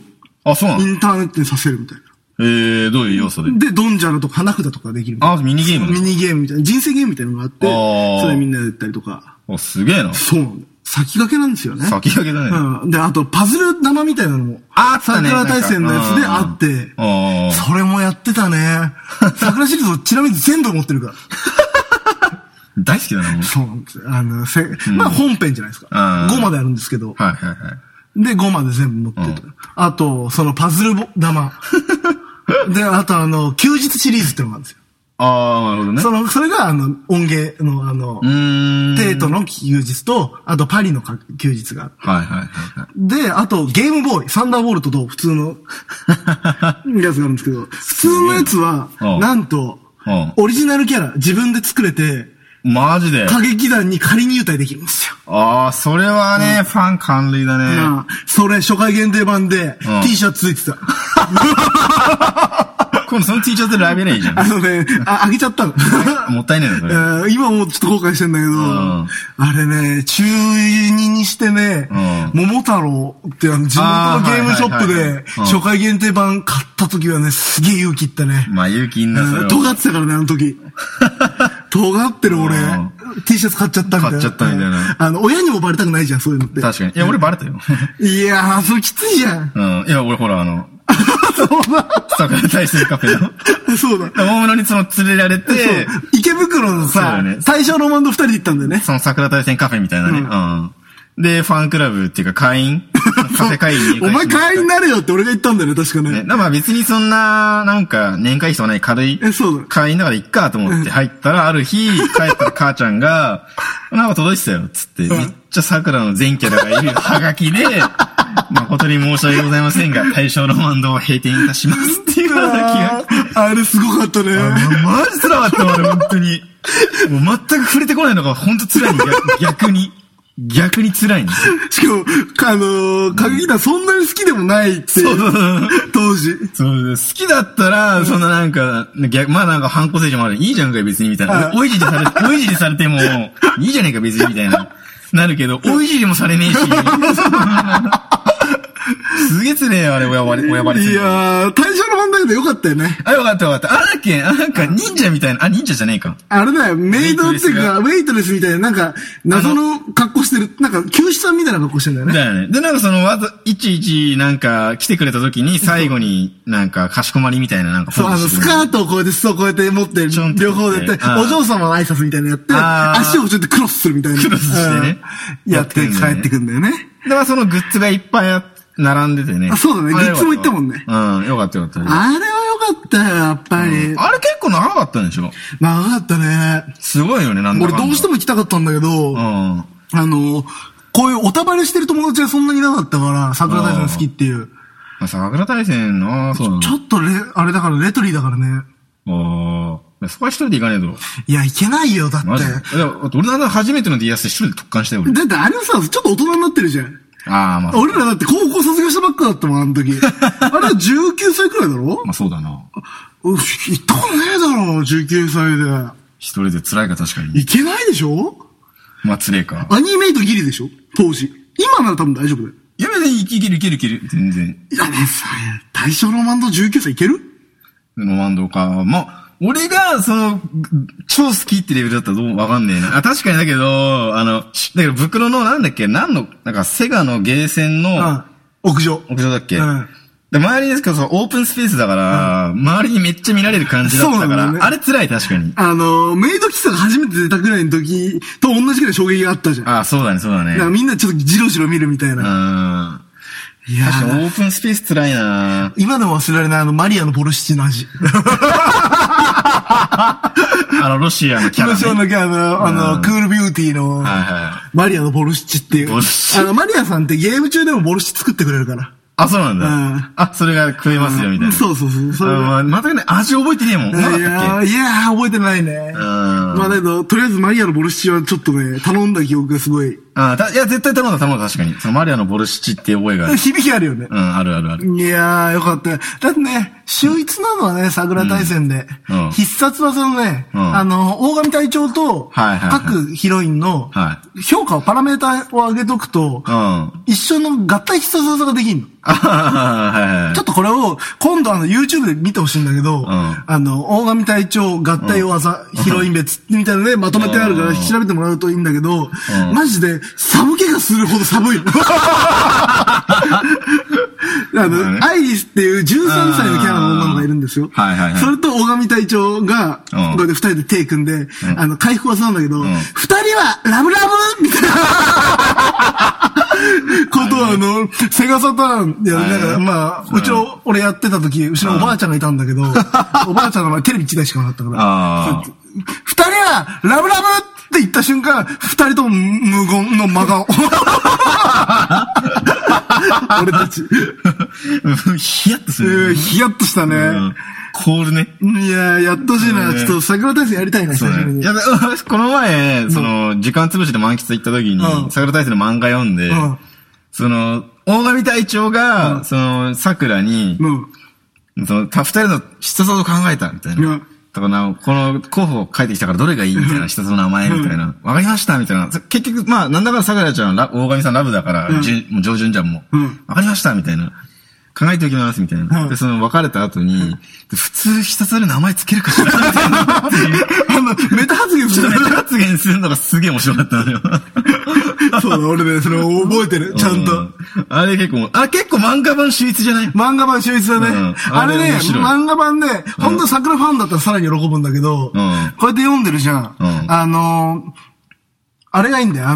Speaker 2: あ、そうな
Speaker 1: イ
Speaker 2: の
Speaker 1: ンターネットにさせるみたいな。
Speaker 2: えー、どういう要素で
Speaker 1: で、ドンジャラとか花札とかできるみたい
Speaker 2: あ、ミニゲーム
Speaker 1: な。ミニゲームみたいな、人生ゲームみたいなのがあって、
Speaker 2: あー
Speaker 1: それみんなでやったりとか。
Speaker 2: お、すげえな。
Speaker 1: そうなんだよ。先駆けなんですよね。
Speaker 2: 先駆けだね。
Speaker 1: うん。で、あと、パズル生みたいなのも。
Speaker 2: ああったね
Speaker 1: 桜大戦のやつであって
Speaker 2: なんかうんああ、
Speaker 1: それもやってたね。 桜シリーズをちなみに全部持ってるから。
Speaker 2: 大好きだな、もう。
Speaker 1: そうなんですよ。あの、せ、まあ本編じゃないですか。
Speaker 2: うん
Speaker 1: 5まであるんですけど。
Speaker 2: はいはいは
Speaker 1: で、
Speaker 2: い。
Speaker 1: 5まで全部持ってると
Speaker 2: うん
Speaker 1: あと、そのパズルぼ 玉。で、あとあの、休日シリーズってのがあるんですよ。
Speaker 2: ああ、なるほどね。
Speaker 1: その、それがあの、音源のあの
Speaker 2: う、ーん。
Speaker 1: テートの休日と、あとパリの休日があって。
Speaker 2: はいはいはいはい。
Speaker 1: で、あと、ゲームボーイ、サンダーボルトと普通の やつがあるんですけど、普通のやつは
Speaker 2: う、ん
Speaker 1: なんと
Speaker 2: うん、
Speaker 1: オリジナルキャラ、自分で作れて、
Speaker 2: マジで。
Speaker 1: 歌劇団に仮入隊できるんですよ。
Speaker 2: ああ、それはね、ファン関類だね。
Speaker 1: なあそれ、初回限定版で、
Speaker 2: うん
Speaker 1: T シャツついてた。
Speaker 2: 今度その T シャツでライブやればいいじゃ
Speaker 1: あのね、あ、あげちゃった の。
Speaker 2: ん。もったいねえな、そ
Speaker 1: え
Speaker 2: れ。
Speaker 1: ー今もうちょっと後悔してんだけど、
Speaker 2: ん
Speaker 1: あれね、中2にしてね、
Speaker 2: うん
Speaker 1: 桃太郎っていうあの地元のゲームショップ
Speaker 2: あーはいはいはいは
Speaker 1: で
Speaker 2: い、
Speaker 1: 初回限定版買った時はね、すげえ勇気いったね。
Speaker 2: まあ、勇気いんな、それ
Speaker 1: うん
Speaker 2: は。
Speaker 1: 尖ってたからね、あの 時。尖ってる俺
Speaker 2: う、
Speaker 1: T シャツ買っちゃったみたいな。
Speaker 2: 買っちゃったみたいな
Speaker 1: あの、親にもバレたくないじゃん、そういうのって。
Speaker 2: 確かに。いや、俺バレたよ。
Speaker 1: いやー、それきついじゃん。
Speaker 2: うん。いや、俺ほら、あの、桜大戦カフェ の。
Speaker 1: そうだ。
Speaker 2: 大物にその連れられて、
Speaker 1: 池袋の
Speaker 2: そうだ
Speaker 1: さ、
Speaker 2: よね
Speaker 1: 最初のバンド二人で行ったんだよね。
Speaker 2: その桜大戦カフェみたいなね。うん。で、ファンクラブっていうか会 員カフェ会員に入
Speaker 1: お
Speaker 2: 会
Speaker 1: 前
Speaker 2: してもらっ
Speaker 1: 会
Speaker 2: た
Speaker 1: 員になれよって俺が言ったんだよね、確か
Speaker 2: ね、
Speaker 1: ね。
Speaker 2: だから別にそんな、なんか、年会費とかない軽い
Speaker 1: えそうだよ
Speaker 2: 会員だからいっかと思って入ったら、ある日、帰ったら母ちゃ んが、なんか届いてたよ、つって、めっちゃ桜の全キャラがいるハガ キで、誠に申し訳ございませんが、対象のマンドを閉店いたしますっていうハガ
Speaker 1: あ
Speaker 2: キ
Speaker 1: ーあれすごかったね。
Speaker 2: が。マジ辛かったわ、俺、本当に。もう全く触れてこないのが本当辛いの逆逆に。逆に辛いね。
Speaker 1: しかも、あのー、歌劇団そんなに好きでもないっていう当時。
Speaker 2: そうです。好きだったら、そんななんか、逆、まあなんか反抗精神もある。いいじゃんかよ、別に、みたいな
Speaker 1: は。い
Speaker 2: おいじりされ、 おいじりされても、いいじゃねえか、別に、みたいな。なるけど、おいじりもされね えし。すげえつねえよ、あれ、親割れ、親割れす
Speaker 1: い
Speaker 2: るの。
Speaker 1: やー、対象の問題でよかったよね。
Speaker 2: あ、よかったよかった。あ、だっけ、あ、なんか忍者みたいな、あ、忍者じゃねえか。
Speaker 1: あれだよ、メイドっていうか、ウェイトレスみたいな、なんか、謎の格好してる、なんか、救出さんみたいな格好してんだよね。
Speaker 2: だよね。で、なんかその、わざ、いちいち、なんか、来てくれた時に、最後になんか、かしこまりみたいな、なんか、
Speaker 1: そう、あの、スカートをこうやって、裾をこうやって持って
Speaker 2: ちょんっ、て
Speaker 1: 両方でやって
Speaker 2: う、ん
Speaker 1: お嬢様の挨拶みたいなのやって、
Speaker 2: あー
Speaker 1: 足をちょっとクロスするみたいな。
Speaker 2: クロスしてね
Speaker 1: うんやって帰ってくんだよね。
Speaker 2: で、まあそのグッズがいっぱいあ並んでてね。
Speaker 1: あそうだね
Speaker 2: あれ
Speaker 1: グッズも行ったもんね
Speaker 2: うん、よかったよかった。
Speaker 1: あれはよかったよ、やっぱり。
Speaker 2: あれ結構長かったんでしょ
Speaker 1: 長かったね。
Speaker 2: すごいよね、なんだ
Speaker 1: 俺どうして
Speaker 2: も。
Speaker 1: も行きたかったんだけど、
Speaker 2: う
Speaker 1: あ
Speaker 2: ん。
Speaker 1: の、こういうおたばれしてる友達がそんなにいなかったから、桜大戦好きっていう。
Speaker 2: まあ桜大戦の、そう
Speaker 1: ちょっとレ、あれだから、レトリーだからね。
Speaker 2: ああ。そこは一人で行かねえと。
Speaker 1: いや、いけないよ、だって。
Speaker 2: マジで。
Speaker 1: だ
Speaker 2: いやだって俺なんだ初めてのディアスで一人で特感したよ、俺。
Speaker 1: ってあれはさ、ちょっと大人になってるじゃん。
Speaker 2: ああ、まあ。
Speaker 1: 俺らだって高校卒業したばっかだったもん、あの 時。あれは19歳くらいだろ
Speaker 2: まあそうだな。
Speaker 1: うっ行ったことねえだろ、19歳
Speaker 2: 一人で辛いか確か
Speaker 1: で。
Speaker 2: に。
Speaker 1: いけないでしょ
Speaker 2: まあ辛えか。
Speaker 1: アニメイトギリでしょ当時。今なら多分大丈夫だよ。
Speaker 2: いや、別にいけるいけるいける。全然。
Speaker 1: いや、でもさ、大正ロマンド19歳いける
Speaker 2: ロマンドか。まあ、俺が、その、超好きってレベルだったらどうわかんねえな。あ、確かにだけど、あの、しだけど、袋の、なんだっけ、なんの、なんか、セガのゲーセン
Speaker 1: う
Speaker 2: の
Speaker 1: ん、。屋上。
Speaker 2: 屋上だっけ、
Speaker 1: うん
Speaker 2: で、周りですけど、そのオープンスペースだから、周りにめっちゃ見られる感じだった
Speaker 1: そう
Speaker 2: か
Speaker 1: なんだ
Speaker 2: ら、
Speaker 1: よね
Speaker 2: あれ辛い、確かに。
Speaker 1: あの、メイド喫茶が初めて出たぐらいの時と同じぐらい衝撃があったじゃん。だか
Speaker 2: あ、そうだね、そうだね。
Speaker 1: ら
Speaker 2: う
Speaker 1: みんなちょっとジロジロ見るみたいな。
Speaker 2: ん。
Speaker 1: いやー
Speaker 2: 確かにオープンスペース辛いな
Speaker 1: 今でも忘れられないあのマリアのボルシチの味。
Speaker 2: あの、ロシアのキャラ、
Speaker 1: ロ
Speaker 2: ね。
Speaker 1: シアのキャラの、あの、クールビューティーの、
Speaker 2: はいはい。
Speaker 1: マリアのボルシチっていう。
Speaker 2: ボルシチ
Speaker 1: あの、マリアさんってゲーム中でもボルシチ作ってくれるから。
Speaker 2: あ、そうなんだ。
Speaker 1: うん
Speaker 2: あ、それが食えますよ、みたいな。
Speaker 1: そうそうそう。それ
Speaker 2: あま
Speaker 1: が
Speaker 2: あまたね、味覚えてねえもん。ないかっ
Speaker 1: や
Speaker 2: たっ
Speaker 1: ー、いやー覚えてないね。
Speaker 2: けうん。
Speaker 1: まあだけど、とりあえずマリアのボルシチはちょっとね、頼んだ記憶がすごい、
Speaker 2: あたいや、絶対頼んだ、頼んだ、確かに。そのマリアのボルシチって覚え がある。
Speaker 1: 響きあるよね
Speaker 2: う。ん、あるあるある。
Speaker 1: いやー、よかったよ。だってね、秀逸なのはね、桜大戦で、
Speaker 2: うんうん
Speaker 1: 必殺はそのね、
Speaker 2: うん
Speaker 1: あの、大神隊長と、
Speaker 2: はいはいはい
Speaker 1: 各ヒロインの
Speaker 2: は、
Speaker 1: 評価を、パラメーターを上げとくと、
Speaker 2: うん。あ
Speaker 1: 一緒の合体必殺技ができんの。
Speaker 2: はははいはい
Speaker 1: ちょっとこれを、今度あの、YouTube で見てほしいんだけど、あの、大神隊長合体技、ヒロイン別みたいなね、まとめてあるから
Speaker 2: うん
Speaker 1: 調べてもらうといいんだけど、
Speaker 2: うん
Speaker 1: マジで寒気がするほど寒 いの。あ
Speaker 2: そうだね
Speaker 1: の、アイリスっていう13歳のキャラの女の子がいるんですよ。
Speaker 2: うんはいはいはい
Speaker 1: それと大神隊長が、こ
Speaker 2: うん
Speaker 1: うやって二人で手組んで、あの、回復技なんだけど、
Speaker 2: ん
Speaker 1: 二人はラブラブみたいな。ことは、あの、セガサターン、いや、
Speaker 2: はい
Speaker 1: なんか、まあ、うちを、俺やってた時、うちのおばあちゃんがいたんだ けど、おばあちゃんの前テレビ一台しかなかったから
Speaker 2: あー、
Speaker 1: そうやって二人は、ラブラブって言った瞬間、二人とも無言の真顔。 俺たち。
Speaker 2: うん。ヒヤッとす
Speaker 1: えー
Speaker 2: る。
Speaker 1: ヒヤッとしたね。
Speaker 2: うんコールね。
Speaker 1: いやーやっとしいな。
Speaker 2: ね
Speaker 1: ちょっと桜大戦やりたいな、久
Speaker 2: そう
Speaker 1: しぶり
Speaker 2: ね。
Speaker 1: に。
Speaker 2: いや、でこの前、その、時間潰しで満喫行った時
Speaker 1: う
Speaker 2: に、
Speaker 1: ん
Speaker 2: 桜大戦の漫画読んで
Speaker 1: うん、
Speaker 2: その、大神隊長が、その、桜に、
Speaker 1: うん。
Speaker 2: その、た、二人の必殺技を考えた、みたい
Speaker 1: うん
Speaker 2: な。とかな、この候補を書いてきたからどれがいいみたいな、必殺の名前みたいな。わかりましたみたいな。そ結局、まあ、なんだかんだ桜ちゃんはラ、大神さんラブだから、じゅもう上旬じゃん、もう
Speaker 1: うん。
Speaker 2: わかりましたみたいな。考えておきます、みたいな。
Speaker 1: うん
Speaker 2: で、その、別れた後に、普通必殺技で名前つけるかしらみたいなって いう。
Speaker 1: あの、メタ発言す
Speaker 2: ち
Speaker 1: る
Speaker 2: ょっとネタ発言するのがすげえ面白かったのよ。
Speaker 1: そうだ、俺ね、それ覚えて る。ちゃん
Speaker 2: う
Speaker 1: と。。
Speaker 2: あれ結構、あ、結構漫画版秀逸じゃない
Speaker 1: 漫画版秀逸だね。
Speaker 2: うん
Speaker 1: あれね
Speaker 2: あれ面、白い
Speaker 1: 漫画版ね、ほんと桜ファンだったらさらに喜ぶんだけど、こうやって読んでるじゃん。
Speaker 2: うん
Speaker 1: あのー、あれがいいんだよ。あ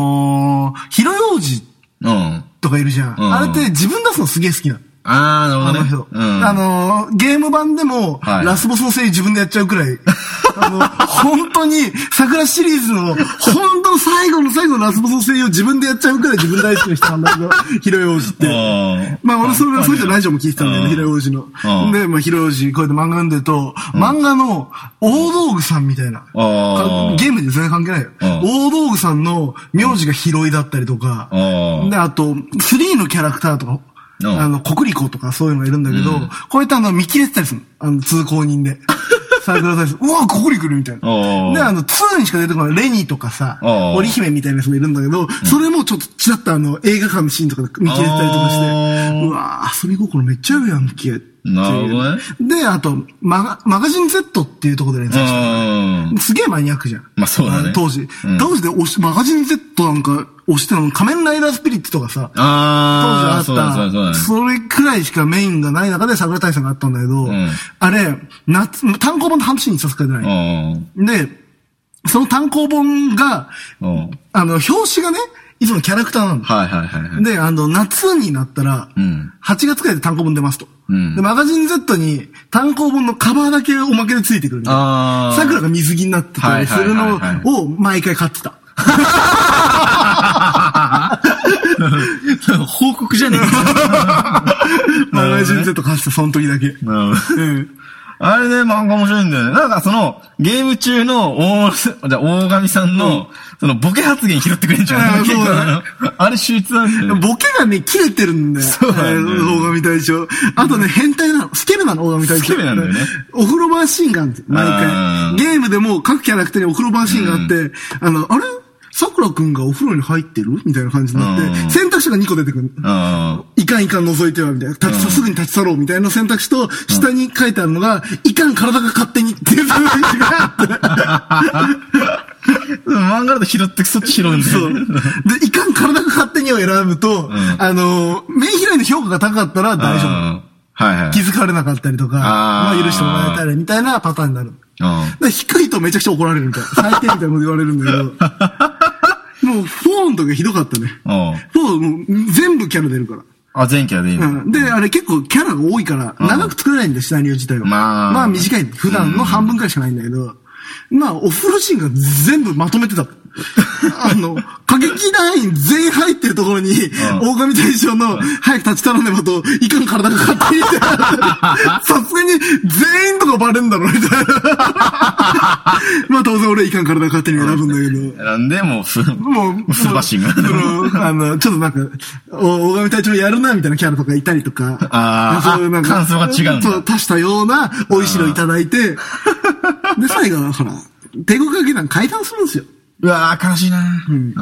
Speaker 1: のー、ヒロヨウジ
Speaker 2: うん。
Speaker 1: とかいるじゃん。
Speaker 2: うん
Speaker 1: あれって自分出すのすげえ好きなの。
Speaker 2: あー、なる
Speaker 1: あ
Speaker 2: ほどね。
Speaker 1: の人。
Speaker 2: うん。
Speaker 1: あのー、ゲーム版でも、
Speaker 2: はい
Speaker 1: ラスボスのせい自分でやっちゃうくらい、あの、本当に、桜シリーズの、本当の最後の最後のラスボスのせいを自分でやっちゃうくらい自分大好きな人なんだけど、ヒロヨウジって。
Speaker 2: あ
Speaker 1: まあ俺それがそういったラジオも聞いてたんだよね、
Speaker 2: うん
Speaker 1: 平王子の。
Speaker 2: うん
Speaker 1: で、まあ平王子、こうやって漫画読んでると、漫画の大道具さんみたいな。
Speaker 2: あー
Speaker 1: ゲームに全然関係ないよ。
Speaker 2: う
Speaker 1: 大道具さんの名字が広いだったりとか、
Speaker 2: うん
Speaker 1: で、あと、3のキャラクターとか、
Speaker 2: うん
Speaker 1: あの、国立子とかそういうのがいるんだけど、こうやってあの、見切れてたりするの。あの、通行 人で。さあくださいです。うわ、ここに来るみたいな。
Speaker 2: うん
Speaker 1: で、あの、2にしか出てこない、レニーとかさ、
Speaker 2: うん
Speaker 1: 織姫みたいなやつもいるんだけど、それもちょっとちらっとあの、映画館のシーンとかで見切れてたりとかし
Speaker 2: う
Speaker 1: て、
Speaker 2: ん
Speaker 1: うわー遊び心めっちゃあるやんけ。っていう
Speaker 2: なるほどね
Speaker 1: で、あと、マガ、マガジン Z っていうところで連載して
Speaker 2: うん。
Speaker 1: すげえマニアックじゃん。
Speaker 2: まあそうだね
Speaker 1: の当時。
Speaker 2: うん
Speaker 1: 当時で押し、マガジン Z なんか押してたの、仮面ライダースピリッツとかさ、当時あ
Speaker 2: あ
Speaker 1: っ
Speaker 2: ー、そうだそうだそうだ
Speaker 1: た、それくらいしかメインがない中で桜大戦があったんだけど、
Speaker 2: ん
Speaker 1: あれ、夏、単行本の半年に一冊しか出ない。
Speaker 2: うん。
Speaker 1: で、その単行本が、
Speaker 2: うん。
Speaker 1: あの、表紙がね、いつもキャラクターなの。
Speaker 2: はいはいはいはい。
Speaker 1: で、あの、夏になったら、
Speaker 2: うん
Speaker 1: 8月くらいで単行本出ますと。
Speaker 2: うん
Speaker 1: で、マガジン Z に単行本のカバーだけおまけでついてくるみたいな
Speaker 2: あ。ー
Speaker 1: 桜が水着になってたりする
Speaker 2: はい
Speaker 1: の
Speaker 2: はいはいはい
Speaker 1: を毎回買ってた。
Speaker 2: 報告じゃねえ
Speaker 1: マガジン Z 買ってた、その時だけ。う
Speaker 2: か。なるほど
Speaker 1: ん。
Speaker 2: あれね、漫画面白いんだよね。なんかその、ゲーム中の大、じゃあ大神さんの、そのボケ発言拾ってくれんじゃ
Speaker 1: あー
Speaker 2: ん。結構
Speaker 1: そうだね
Speaker 2: あの あれ秀逸なんだよね。
Speaker 1: ボケがね、切れてるんだよ。
Speaker 2: そうなんだよね
Speaker 1: あの大神隊長。あとね、変態なの。スケベなの、大神隊長。
Speaker 2: スケベなんだよね
Speaker 1: お風呂場シーンがあるんですよ、毎
Speaker 2: あ
Speaker 1: 回。
Speaker 2: ー
Speaker 1: ゲームでも各キャラクターにお風呂場シーンがあって、あの、あれ桜くんがお風呂に入ってるみたいな感じになっ
Speaker 2: う
Speaker 1: て、
Speaker 2: ん
Speaker 1: 選択肢が2個出てくるの。
Speaker 2: あ
Speaker 1: いかんいかん覗いては、みたいな。立ち、すぐに立ち去ろう、みたいな選択肢と、下に書いてあるのが、いかん体が勝手にっていう選択肢があって。
Speaker 2: あ。漫画だと拾って、そっち拾うんだ
Speaker 1: そ
Speaker 2: よ
Speaker 1: う。
Speaker 2: ね。
Speaker 1: で、いかん体が勝手にを選ぶと、あの、メインヒロインの評価が高かったら大丈夫。
Speaker 2: 夫。はいはい。
Speaker 1: 気づかれなかったりとか、ま
Speaker 2: あー
Speaker 1: あ許してもらえたりみたいなパターンになる。
Speaker 2: うん
Speaker 1: で低いとめちゃくちゃ怒られるみたい な。最低みたいなこと言われるんだけど。もう、フォーの時はひどかったね。
Speaker 2: うん。
Speaker 1: フォーもう全部キャラ出るから。
Speaker 2: あ、前期はでいいの、
Speaker 1: うんで、あれ結構キャラが多いから、長く作れないんだよ、シナリオ自体は。
Speaker 2: まあ
Speaker 1: まあ短い。普段の半分くらいしかないんだけど、まあ、お風呂シーンが全部まとめ てた。あの、過激ライン全員入ってるところに、狼大将の、早く立ち頼んでもと、いかん体が勝手 にって、さすがに全員とかバレんだろ、み たいな。まあ当然俺はいかん体が勝手に選ぶんだけど。
Speaker 2: なんで、もう、ふ、
Speaker 1: も
Speaker 2: も
Speaker 1: う、
Speaker 2: うすばしんが。
Speaker 1: そのあの、ちょっとなんか、お、大神隊長やるな、みたいなキャラとかいたりとか。
Speaker 2: あー
Speaker 1: そういうなんか。
Speaker 2: 感想が違うんだ
Speaker 1: そう、足したような、美味しいのいただいて。で、最後は、ほら、帝国学団解散するんですよ。
Speaker 2: うわー、悲しいなうん。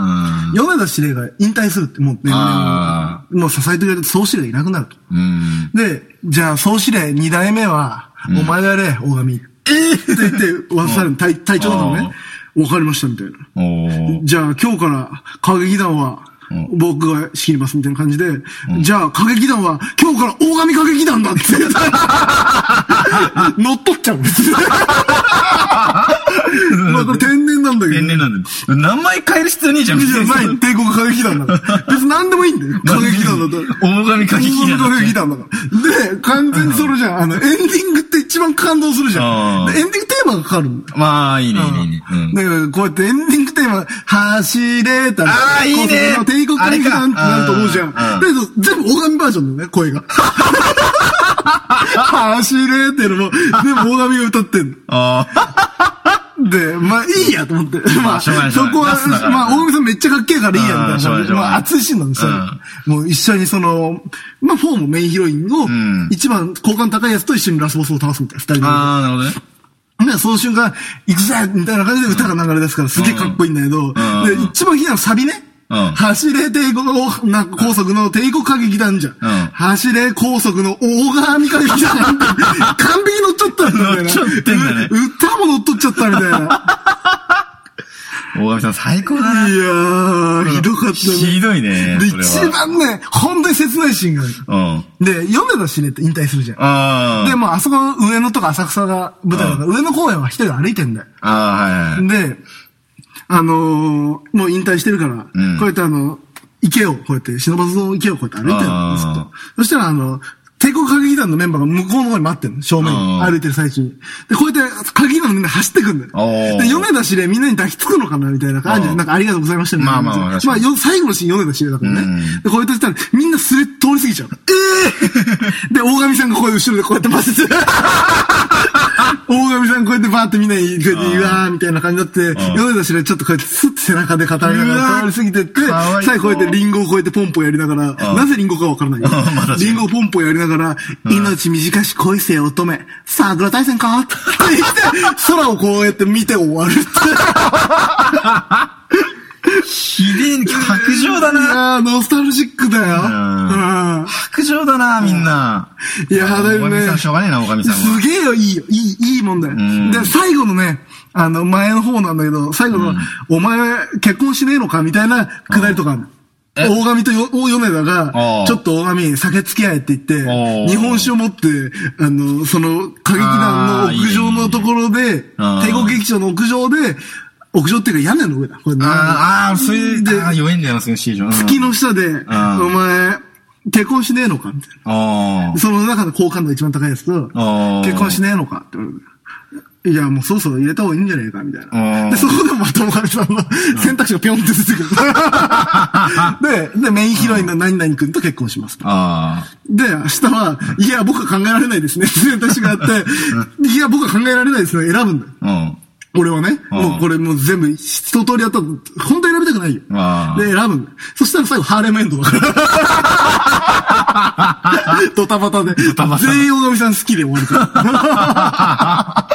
Speaker 1: 米田司令が引退するって、もうね、
Speaker 2: あ
Speaker 1: もう支えてくれる総司令がいなくなると。
Speaker 2: うん。
Speaker 1: で、じゃあ総司令二代目は、お前がやれ、大神。ええって言 って、渡される、隊隊長だからね。わかりました、みたいな。
Speaker 2: おー。
Speaker 1: じゃあ今日から歌劇団は、僕が仕切りますみたいな感じで、じゃあ歌劇団は今日から大神歌劇団だって言って。乗っ取っちゃうんですよ。まあこれ天然なんだけど。
Speaker 2: 天然なんで。名前変える必要ねえじゃん、
Speaker 1: じゃない帝国歌劇団だから。別に何でもいいんだよ。歌劇団だと。
Speaker 2: 大神歌劇団だ
Speaker 1: 大神歌劇団だから。で、完全にそれじゃん。あの、エンディングって一番感動するじゃん。
Speaker 2: うん
Speaker 1: でエンディングテーマがかかるんだよ
Speaker 2: まあ、いいね、いいね、いいね。うん。
Speaker 1: だから、こうやってエンディングテーマ、走れたら、
Speaker 2: あーいいね
Speaker 1: 高速の帝国艦機なんてなると思うじゃん。
Speaker 2: あ
Speaker 1: だ
Speaker 2: れ
Speaker 1: けど、全部大神バージョンだよね、声が。 走れっていうのも、全部大神が歌ってんの。
Speaker 2: ああ。
Speaker 1: で、まあいいやと思って。まあ、
Speaker 2: しょ
Speaker 1: そう
Speaker 2: がないしょうがない
Speaker 1: こは
Speaker 2: ラストだ、から
Speaker 1: まあ大神さんめっちゃかっけえからいいやみたい
Speaker 2: うん
Speaker 1: な
Speaker 2: しょうがないしょうが
Speaker 1: ま
Speaker 2: ない
Speaker 1: あ熱いシーンなんですよ。もう一緒にその、まあフォーもメインヒロインを
Speaker 2: ん、
Speaker 1: 一番好感高いやつと一緒にラスボスを倒すみたいな、二人で。
Speaker 2: あー、なるほどね。
Speaker 1: ね、その瞬間、行くぜみたいな感じで歌が流れ出すから、すげえかっこいいんだけど、
Speaker 2: んうん
Speaker 1: で、一番気になるサビね。
Speaker 2: うん
Speaker 1: 走れ帝国を、な、高速の帝国歌劇団じゃん。
Speaker 2: ん
Speaker 1: 走れ高速の大神歌 劇団なんて、完璧に乗っちゃったんだよね。
Speaker 2: 乗っちゃってんだね
Speaker 1: う歌も乗っとっちゃったみたいな。
Speaker 2: 大神さん最高だな。
Speaker 1: いやー、ひどかったね。
Speaker 2: ひどいね
Speaker 1: で、
Speaker 2: それ
Speaker 1: 一
Speaker 2: は
Speaker 1: 番ね、本当に切ないシーンがある。
Speaker 2: うん。
Speaker 1: で、米田司令って引退するじゃん。
Speaker 2: ああ。
Speaker 1: で、まあ、あそこの上野とか浅草が舞台だから、上野公園は一人で歩いてんだよ。
Speaker 2: ああ、はいはい。
Speaker 1: で、あのーもう引退してるから、
Speaker 2: うん
Speaker 1: こうやってあの、池を、こうやって、忍ばずの池をこうやって歩いてるん
Speaker 2: あ
Speaker 1: で
Speaker 2: ー
Speaker 1: すと。そしたらあの、帝国歌劇団のメンバーが向こうの方に待ってるの、正面に。
Speaker 2: あー
Speaker 1: 歩いてる最中に。で、こうやって、歌劇団のみんな走ってくんだ
Speaker 2: あ
Speaker 1: よ。
Speaker 2: ー
Speaker 1: で、米田司令みんなに抱きつくのかなみたいな感じ
Speaker 2: あ
Speaker 1: で、
Speaker 2: ー
Speaker 1: なんかありがとうございましたみたいな感じで
Speaker 2: まあまあまあ確
Speaker 1: ま
Speaker 2: か
Speaker 1: あ、
Speaker 2: に
Speaker 1: よ最後のシーン米田司令だからね。
Speaker 2: うん
Speaker 1: で、こうやってしたら、みんなすれ通り過ぎちゃう。えー、で、大神さんがこうやって後ろでこうやって待 ってて。大神さんこうやってバーってみんなに、こうやって、うわーみたいな感じになって、
Speaker 2: うん
Speaker 1: 米田司令ちょっとこうやってスッて背中で語りなが
Speaker 2: うわ
Speaker 1: ら
Speaker 2: ー
Speaker 1: 通り過ぎてって
Speaker 2: かわい、そう
Speaker 1: 最後こうやってリンゴをこうやってポンポンやりながら、
Speaker 2: うん
Speaker 1: なぜリンゴかわからないよ
Speaker 2: うん まあ確か。に
Speaker 1: リンゴをポンポンやりながら、命短し恋せよ乙女、サーグラ大戦かって言って、空をこうやって見て終わるって。
Speaker 2: ひでえ、白状だ
Speaker 1: い
Speaker 2: な。
Speaker 1: やー、ノスタルジックだよ。
Speaker 2: ん
Speaker 1: うん
Speaker 2: 白状だな、みんな。
Speaker 1: いやー、だよ
Speaker 2: 大神
Speaker 1: ね
Speaker 2: さ。んしょうがねえな、大神さんは。
Speaker 1: すげえよ、いいよ、いい、いいもんだよ。
Speaker 2: ん
Speaker 1: で、最後のね、あの、前の方なんだけど、最後の、お前、結婚しねえのかみたいなくだりとかあるの。
Speaker 2: え
Speaker 1: 大神とよ大米田
Speaker 2: あ
Speaker 1: が
Speaker 2: あ、
Speaker 1: ちょっと大神、酒付き合えって言っ
Speaker 2: お
Speaker 1: て、
Speaker 2: ー
Speaker 1: 日本酒を持って、あの、その、歌劇団の屋上のところで、
Speaker 2: ああいいね
Speaker 1: 帝国劇場の屋上で、屋上っていうか屋根の上だ。これなんだ
Speaker 2: あーあー、それ
Speaker 1: で
Speaker 2: で、あー弱いんだよな、そのシージョン。
Speaker 1: 月の下で、
Speaker 2: あ
Speaker 1: お前、結婚しねえのかみたいな。
Speaker 2: あ
Speaker 1: その中で好感度が一番高いやつと、
Speaker 2: あー
Speaker 1: 結婚しねえのかって言われていや、もうそろそろ入れた方がいいんじゃねえかみたい
Speaker 2: あ
Speaker 1: な。
Speaker 2: ー
Speaker 1: で、そこでまたおかみさんの選択肢がピョンって出て くる。で、で、メインヒロインの何々君と結婚します。
Speaker 2: あ。あ
Speaker 1: で、明日は、いや、僕は考えられないですね。選択肢があって、いや、僕は考えられないですね。選ぶんだよ。
Speaker 2: あ。
Speaker 1: 俺はね、
Speaker 2: うん
Speaker 1: もうこれもう全部一通りやったら、本当選びたくないよ。
Speaker 2: あー
Speaker 1: で、選ぶんだよそしたら最後、ハーレムエンドだ から。ドタバタで。
Speaker 2: タバタ
Speaker 1: 全員大神さん好きで終わるから。
Speaker 2: あ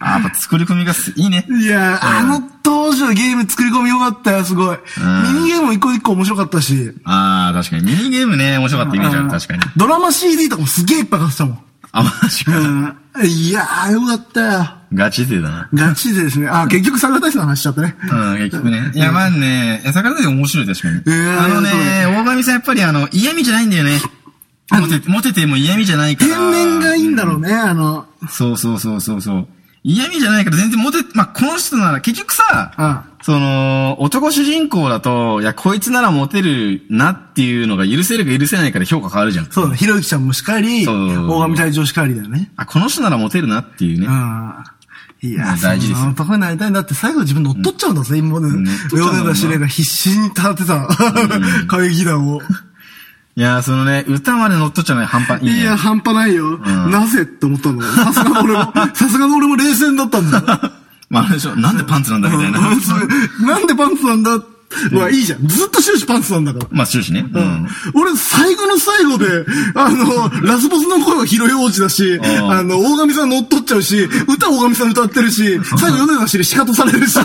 Speaker 2: あ、やっぱ作り込みがすいいね。
Speaker 1: いやー、あの当時のゲーム作り込みよかったよ、すごい。ミニゲームも一個一個面白かったし。
Speaker 2: ああ、確かに。ミニゲームね、面白かったイメージある、確かに
Speaker 1: あ。ードラマ CD とかもすげえいっぱい買ってたもん。
Speaker 2: あ、マジか。
Speaker 1: うんいやー、よかったよ。
Speaker 2: ガチ勢だな。
Speaker 1: ガチでですね。あー、結局、サグ大使の話しちゃったね。
Speaker 2: うん、結局ね。いや、まあね、え桜田で面白い、確かに。
Speaker 1: ー
Speaker 2: あのね
Speaker 1: そうだ、
Speaker 2: 大神さんやっぱりあの、嫌味じゃないんだよね。モテ、モテても嫌味じゃないか
Speaker 1: 天
Speaker 2: ら。
Speaker 1: 然がいいんだろうね、あの、
Speaker 2: そうそうそうそうそう。嫌味じゃないから全然モテ、まあ、この人なら、結局さ、
Speaker 1: ああ
Speaker 2: その、男主人公だと、いや、こいつならモテるなっていうのが許せるか許せないかで評価変わるじゃん。
Speaker 1: そうだ、ひろゆきちゃんもしかり、
Speaker 2: そう
Speaker 1: 大神隊長しかりだよね。
Speaker 2: あ、この人ならモテるなっていうね。
Speaker 1: うん。いや、
Speaker 2: 大事ですよ
Speaker 1: そんな男になりたいんだって最後自分乗っ取っちゃうんだぜ、今まで。両手の司令が必死に立てた、 歌劇団を。
Speaker 2: いやー、そのね、歌まで乗っ取っちゃうね、半端いい、ね。
Speaker 1: いや、半端ないよ。なぜって思ったの。さすが俺 も、さすがの俺も冷静だったんだよ。
Speaker 2: まあ、あれでしょ、なんでパンツなんだみたいな。
Speaker 1: なんでパンツなんだまあいいじゃん。ずっと終始パンツなんだから。
Speaker 2: まあ、終始ね。うん。
Speaker 1: 俺、最後の最後で、あの、ラスボスの声は拾い王子だし、
Speaker 2: ん
Speaker 1: あの、大神さん乗っ取っちゃうし、歌大神さん歌ってるし、最後米田知り仕方される し、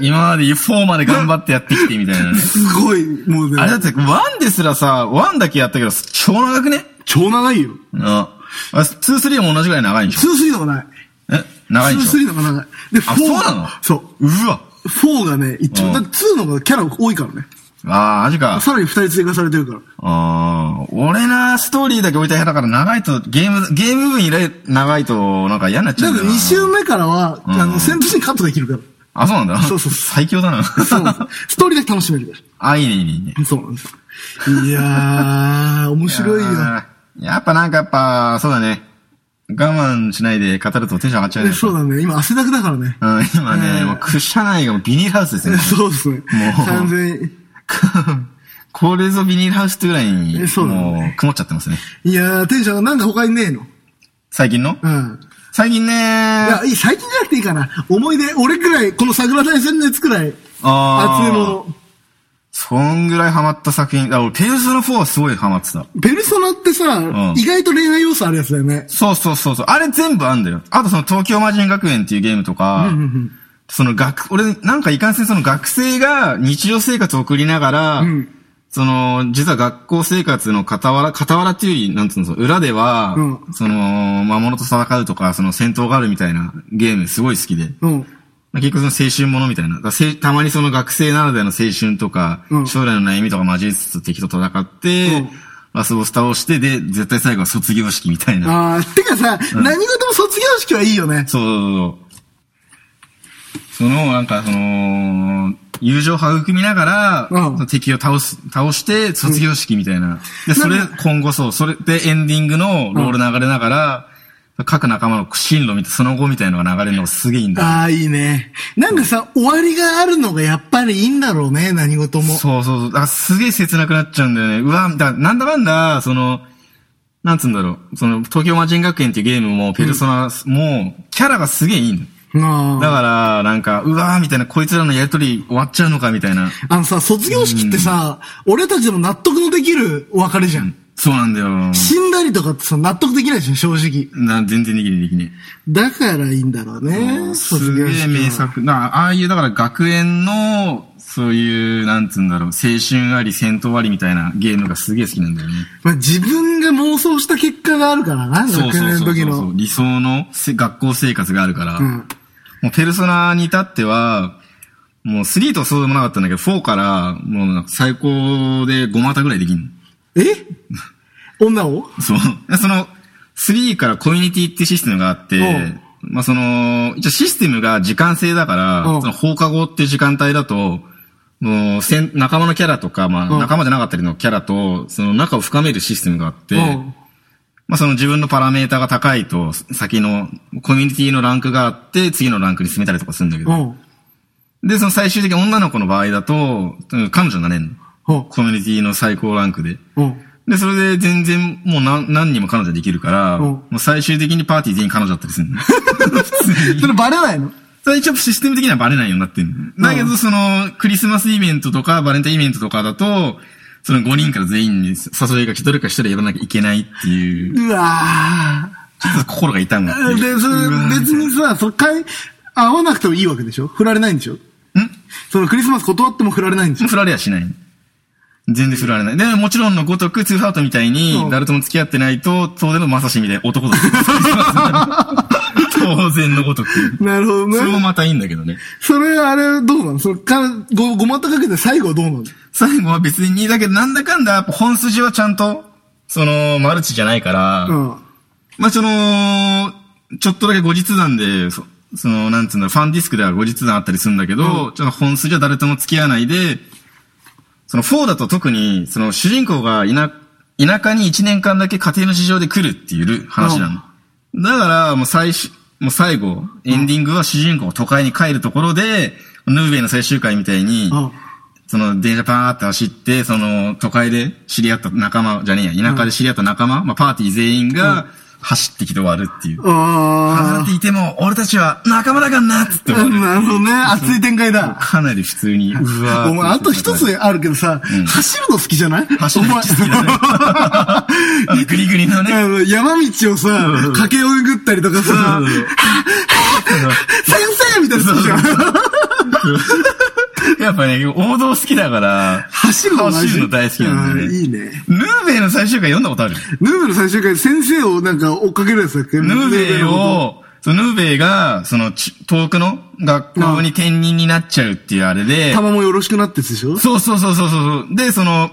Speaker 2: 今まで4まで頑張ってやってきてみたいな ね。
Speaker 1: すごい、もう
Speaker 2: あれ
Speaker 1: ね
Speaker 2: だ、って、1ですらさ、1だけやったけど、超長くね
Speaker 1: 超長いよ。
Speaker 2: うん。あ、2、3も同じぐらい長いんでしょ
Speaker 1: 2、3のがない。
Speaker 2: え長いんでしょ
Speaker 1: 2、3のが長い。で、
Speaker 2: あ、
Speaker 1: 4
Speaker 2: そうなの
Speaker 1: そう。
Speaker 2: うわ。
Speaker 1: 4がね、一
Speaker 2: う
Speaker 1: 番、
Speaker 2: ん
Speaker 1: だって2の方がキャラ多いからね。
Speaker 2: ああ、マジか。
Speaker 1: さらに2人追加されてるから。
Speaker 2: ああ、俺な、ストーリーだけ置いた部屋だから長いと、ゲーム、ゲーム部分入れ、長いと、なんか嫌になっちゃ
Speaker 1: だ
Speaker 2: う
Speaker 1: け
Speaker 2: んだ
Speaker 1: ど
Speaker 2: よな
Speaker 1: 2周目からは、
Speaker 2: ん
Speaker 1: あの、戦闘シーンカットできるから。
Speaker 2: あ、そうなんだ。
Speaker 1: そうそうそう
Speaker 2: 最強だな。
Speaker 1: そうなんです ストーリーだけ楽しめるか
Speaker 2: あ、いいね、いいね、いいね。
Speaker 1: ら。そうなんです。いやー、面白いよ。
Speaker 2: あーやっぱなんかやっぱ、そうだね。我慢しないで語るとテンション上がっちゃうね。
Speaker 1: そうだね。今汗だくだからね。
Speaker 2: うん、今ね、
Speaker 1: うん
Speaker 2: もう、くしゃないがもうビニールハウスですね。
Speaker 1: そうですね。
Speaker 2: もう
Speaker 1: 完全に。
Speaker 2: これぞビニールハウスってぐらいに、
Speaker 1: えそうだね
Speaker 2: もう、曇っちゃってますね。
Speaker 1: いやー、テンションがなんか他にねえの。
Speaker 2: 最近の
Speaker 1: うん。
Speaker 2: 最近ね
Speaker 1: いや、いい、最近じゃなくていいかな。思い出、俺くらい、この桜大戦のやつくらい、
Speaker 2: あ
Speaker 1: 熱いも
Speaker 2: ー
Speaker 1: の。
Speaker 2: そんぐらいハマった作品。あ、俺、ペルソナ4はすごいハマってた。
Speaker 1: ペルソナってさ、
Speaker 2: ん
Speaker 1: 意外と恋愛要素あるやつだよね。
Speaker 2: そうそうそうそう。あれ全部あんだよ。あとその東京魔人学園っていうゲームとか、その学、俺なんかいかんせんその学生が日常生活を送りながら、
Speaker 1: ん
Speaker 2: その、実は学校生活の傍ら、傍らっていうより、なんつうの、その裏では、
Speaker 1: う
Speaker 2: その、魔物と戦うとか、その戦闘があるみたいなゲームすごい好きで。
Speaker 1: うん。
Speaker 2: まあ結局その青春ものみたいな。だからせたまにその学生ならではの青春とか、
Speaker 1: うん
Speaker 2: 将来の悩みとか交えつつ敵と戦って、
Speaker 1: うん
Speaker 2: ラスボス倒して、で、絶対最後は卒業式みたいな。
Speaker 1: あー、てかさ、何事も卒業式はいいよね。
Speaker 2: そうそうそう。その、なんかその、友情を育みながら、
Speaker 1: うん
Speaker 2: その敵を倒す、倒して卒業式みたいな。で、それ
Speaker 1: なん、
Speaker 2: 今後そう、それでエンディングのロール流れながら、各仲間の進路みたい、その後みたいなのが流れるのがすげえいいんだ。
Speaker 1: ああ、いいね。なんかさ、終わりがあるのがやっぱりいいんだろうね、何事も。
Speaker 2: そうそうそう。だからすげえ切なくなっちゃうんだよね。うわ、だからなんだかんだ、その、なんつうんだろう。その、東京魔人学園っていうゲームも、ペルソナも、キャラがすげえいいの。
Speaker 1: な
Speaker 2: だ
Speaker 1: あ
Speaker 2: から、なんか、うわーみたいな、こいつらのやりとり終わっちゃうのかみたいな。
Speaker 1: あのさ、卒業式ってさ、俺たちでも納得のできるお別れじゃん。
Speaker 2: そうなんだよ。
Speaker 1: 死んだりとかってさ、納得できないじゃん、正直。
Speaker 2: な全然できないできない。
Speaker 1: だからいいんだろうね。
Speaker 2: す
Speaker 1: 卒
Speaker 2: げ
Speaker 1: 業
Speaker 2: え
Speaker 1: 式
Speaker 2: 名
Speaker 1: は。
Speaker 2: 作。なああいう、だから学園の、そういう、なんつうんだろう、青春あり、戦闘ありみたいなゲームがすげえ好きなんだよね。
Speaker 1: まあ、自分が妄想した結果があるからな、
Speaker 2: そう
Speaker 1: 学
Speaker 2: そう
Speaker 1: 年
Speaker 2: そ
Speaker 1: の
Speaker 2: う
Speaker 1: 時
Speaker 2: そう
Speaker 1: の。。
Speaker 2: 理想のせ学校生活があるから、
Speaker 1: うん
Speaker 2: もうペルソナに至っては、もう3とそうでもなかったんだけど、4から、もうなんか最高で5股ぐらいできんの。
Speaker 1: え女を
Speaker 2: そう。でその、3からコミュニティってシステムがあっ
Speaker 1: う
Speaker 2: て
Speaker 1: ん、
Speaker 2: まあその、一応システムが時間制だから
Speaker 1: う、ん
Speaker 2: その放課後っていう時間帯だと、もうせん仲間のキャラとか、ま
Speaker 1: うん
Speaker 2: あ仲間じゃなかったりのキャラと、その仲を深めるシステムがあって
Speaker 1: う、ん。
Speaker 2: まあその自分のパラメータが高いと、先のコミュニティのランクがあって、次のランクに進めたりとかするんだけ
Speaker 1: う
Speaker 2: ど、
Speaker 1: ん。
Speaker 2: で、その最終的に女の子の場合だと、うん彼女になれんの。
Speaker 1: うん。
Speaker 2: コミュニティの最高ランクで。
Speaker 1: うん。
Speaker 2: で、それで全然もう何何人も彼女できるから、
Speaker 1: うん
Speaker 2: もう最終的にパーティー全員彼女だったりするの。
Speaker 1: それバレないの
Speaker 2: それ一応システム的にはバレないようになってるだけど、その、クリスマスイベントとか、バレンタインイベントとかだと、その5人から全員に誘いが来てどれか一人やらなきゃいけないっていう、ち
Speaker 1: うわ
Speaker 2: ょっと心が痛むって
Speaker 1: ー。で、
Speaker 2: いう。
Speaker 1: それ別にさ、そっかい、会わなくてもいいわけでしょ振られないんでしょ
Speaker 2: ん
Speaker 1: そのクリスマス断っても振られないんでしょ
Speaker 2: 振られやしない。全然振られない。で、もちろんのごとく、ツーハートみたい
Speaker 1: うん
Speaker 2: に、誰とも付き合ってないと、当然のまさしみたいな男と付き合ってます。 当然のごとく。
Speaker 1: なるほどね
Speaker 2: そ。れもまたいいんだけどね。
Speaker 1: それ、あれ、どうなのそれか、ご、ごまたかけて最後はどうなの
Speaker 2: 最後は別に、だけどなんだかんだ、やっぱ本筋はちゃんと、その、マルチじゃないから、
Speaker 1: うん。
Speaker 2: まあ、その、ちょっとだけ後日談で、そその、なんつうんだろう、ファンディスクでは後日談あったりするんだけど、ちょっと本筋は誰とも付き合わないで、その4だと特に、その主人公が田、田舎に1年間だけ家庭の事情で来るっていう話なの。だから、もう最終、もう最後、エンディングは主人公が都会に帰るところで、ヌーベイの最終回みたいに、
Speaker 1: うん。
Speaker 2: その電車パーって走って、その都会で知り合った仲間、じゃねえや、田舎で知り合った仲間、まあパーティー全員が走ってきて終わるっていう。離れ
Speaker 1: あ
Speaker 2: ていても、俺たちは仲間だからなっつって
Speaker 1: あ。
Speaker 2: 終わる。
Speaker 1: なるほどね。熱い展開だ。
Speaker 2: かなり普通に、うわー
Speaker 1: お前、あと一 つあるけどさ、走るの好きじゃない
Speaker 2: 走るの好きだね
Speaker 1: お前
Speaker 2: グリグリのね、
Speaker 1: あの山道をさ、駆け巡ったりとかさ、はっはっ先生みたいな人じゃん。
Speaker 2: やっぱね、王道好きだから、
Speaker 1: 走るのマジ
Speaker 2: 走るの大好きなんだ
Speaker 1: あ
Speaker 2: よ
Speaker 1: ー
Speaker 2: ね。
Speaker 1: いいね。
Speaker 2: ヌーベイの最終回読んだことある
Speaker 1: ヌーベル最終回、先生をなんか追っかけるやつだっけ
Speaker 2: ヌーベイ
Speaker 1: のこ
Speaker 2: を、そのヌーベイが、そのち、遠くの学校に転任になっちゃうっていうあれ
Speaker 1: と
Speaker 2: で、
Speaker 1: 玉もよろしくなってやつでしょ
Speaker 2: そうそうそうそうそう。で、その、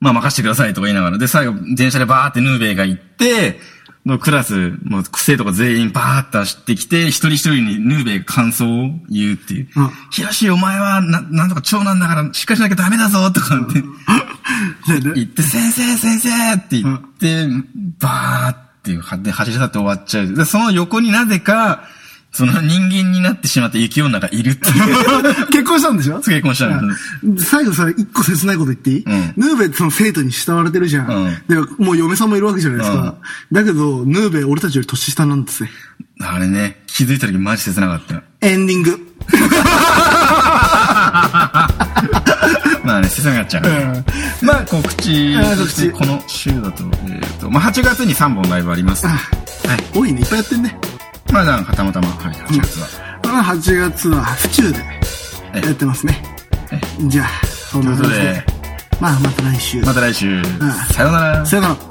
Speaker 2: まあ任せてくださいとか言いながら、で、最後、電車でバーってヌーベイが行って、もうクラス、もう生徒が全員バーって走ってきて、一人一人にヌーベイが感想を言うっていう
Speaker 1: うん。
Speaker 2: ヒロシ、お前はな、なんとか長男だから、しっかりしなきゃダメだぞとかって
Speaker 1: ねね
Speaker 2: 言って、先生先生って言って、バーっていう、で、走り去って終わっちゃう。で、その横になぜか、その人間になってしまった雪女がいるっていう。
Speaker 1: 結婚したんでしょ
Speaker 2: つけ婚したのよ
Speaker 1: 最後さ、一個切ないこと言っていい、
Speaker 2: ん
Speaker 1: ヌーベイってその生徒に慕われてるじゃん。
Speaker 2: うん
Speaker 1: で、もう嫁さんもいるわけじゃないですか。だけど、ヌーベイ俺たちより年下なんですね。
Speaker 2: あれね、気づいた時マジ切なかった。
Speaker 1: エンディング。
Speaker 2: まあね、切なくなっちゃう。まあ告知
Speaker 1: あー
Speaker 2: と
Speaker 1: 告
Speaker 2: して、
Speaker 1: 知
Speaker 2: この週だと、えーと、まあ8月に3本ライブあります。は
Speaker 1: 多いね、いっぱいやってんね。
Speaker 2: い。まあなんかたまたま、はい、8月は。
Speaker 1: まあ8月は府中で
Speaker 2: え
Speaker 1: やってますね。じゃあ、そん
Speaker 2: とい
Speaker 1: な
Speaker 2: うこと
Speaker 1: 感じ
Speaker 2: で
Speaker 1: で。、まあ、また来週。
Speaker 2: また来週
Speaker 1: ん、
Speaker 2: さようなら。
Speaker 1: さよなら。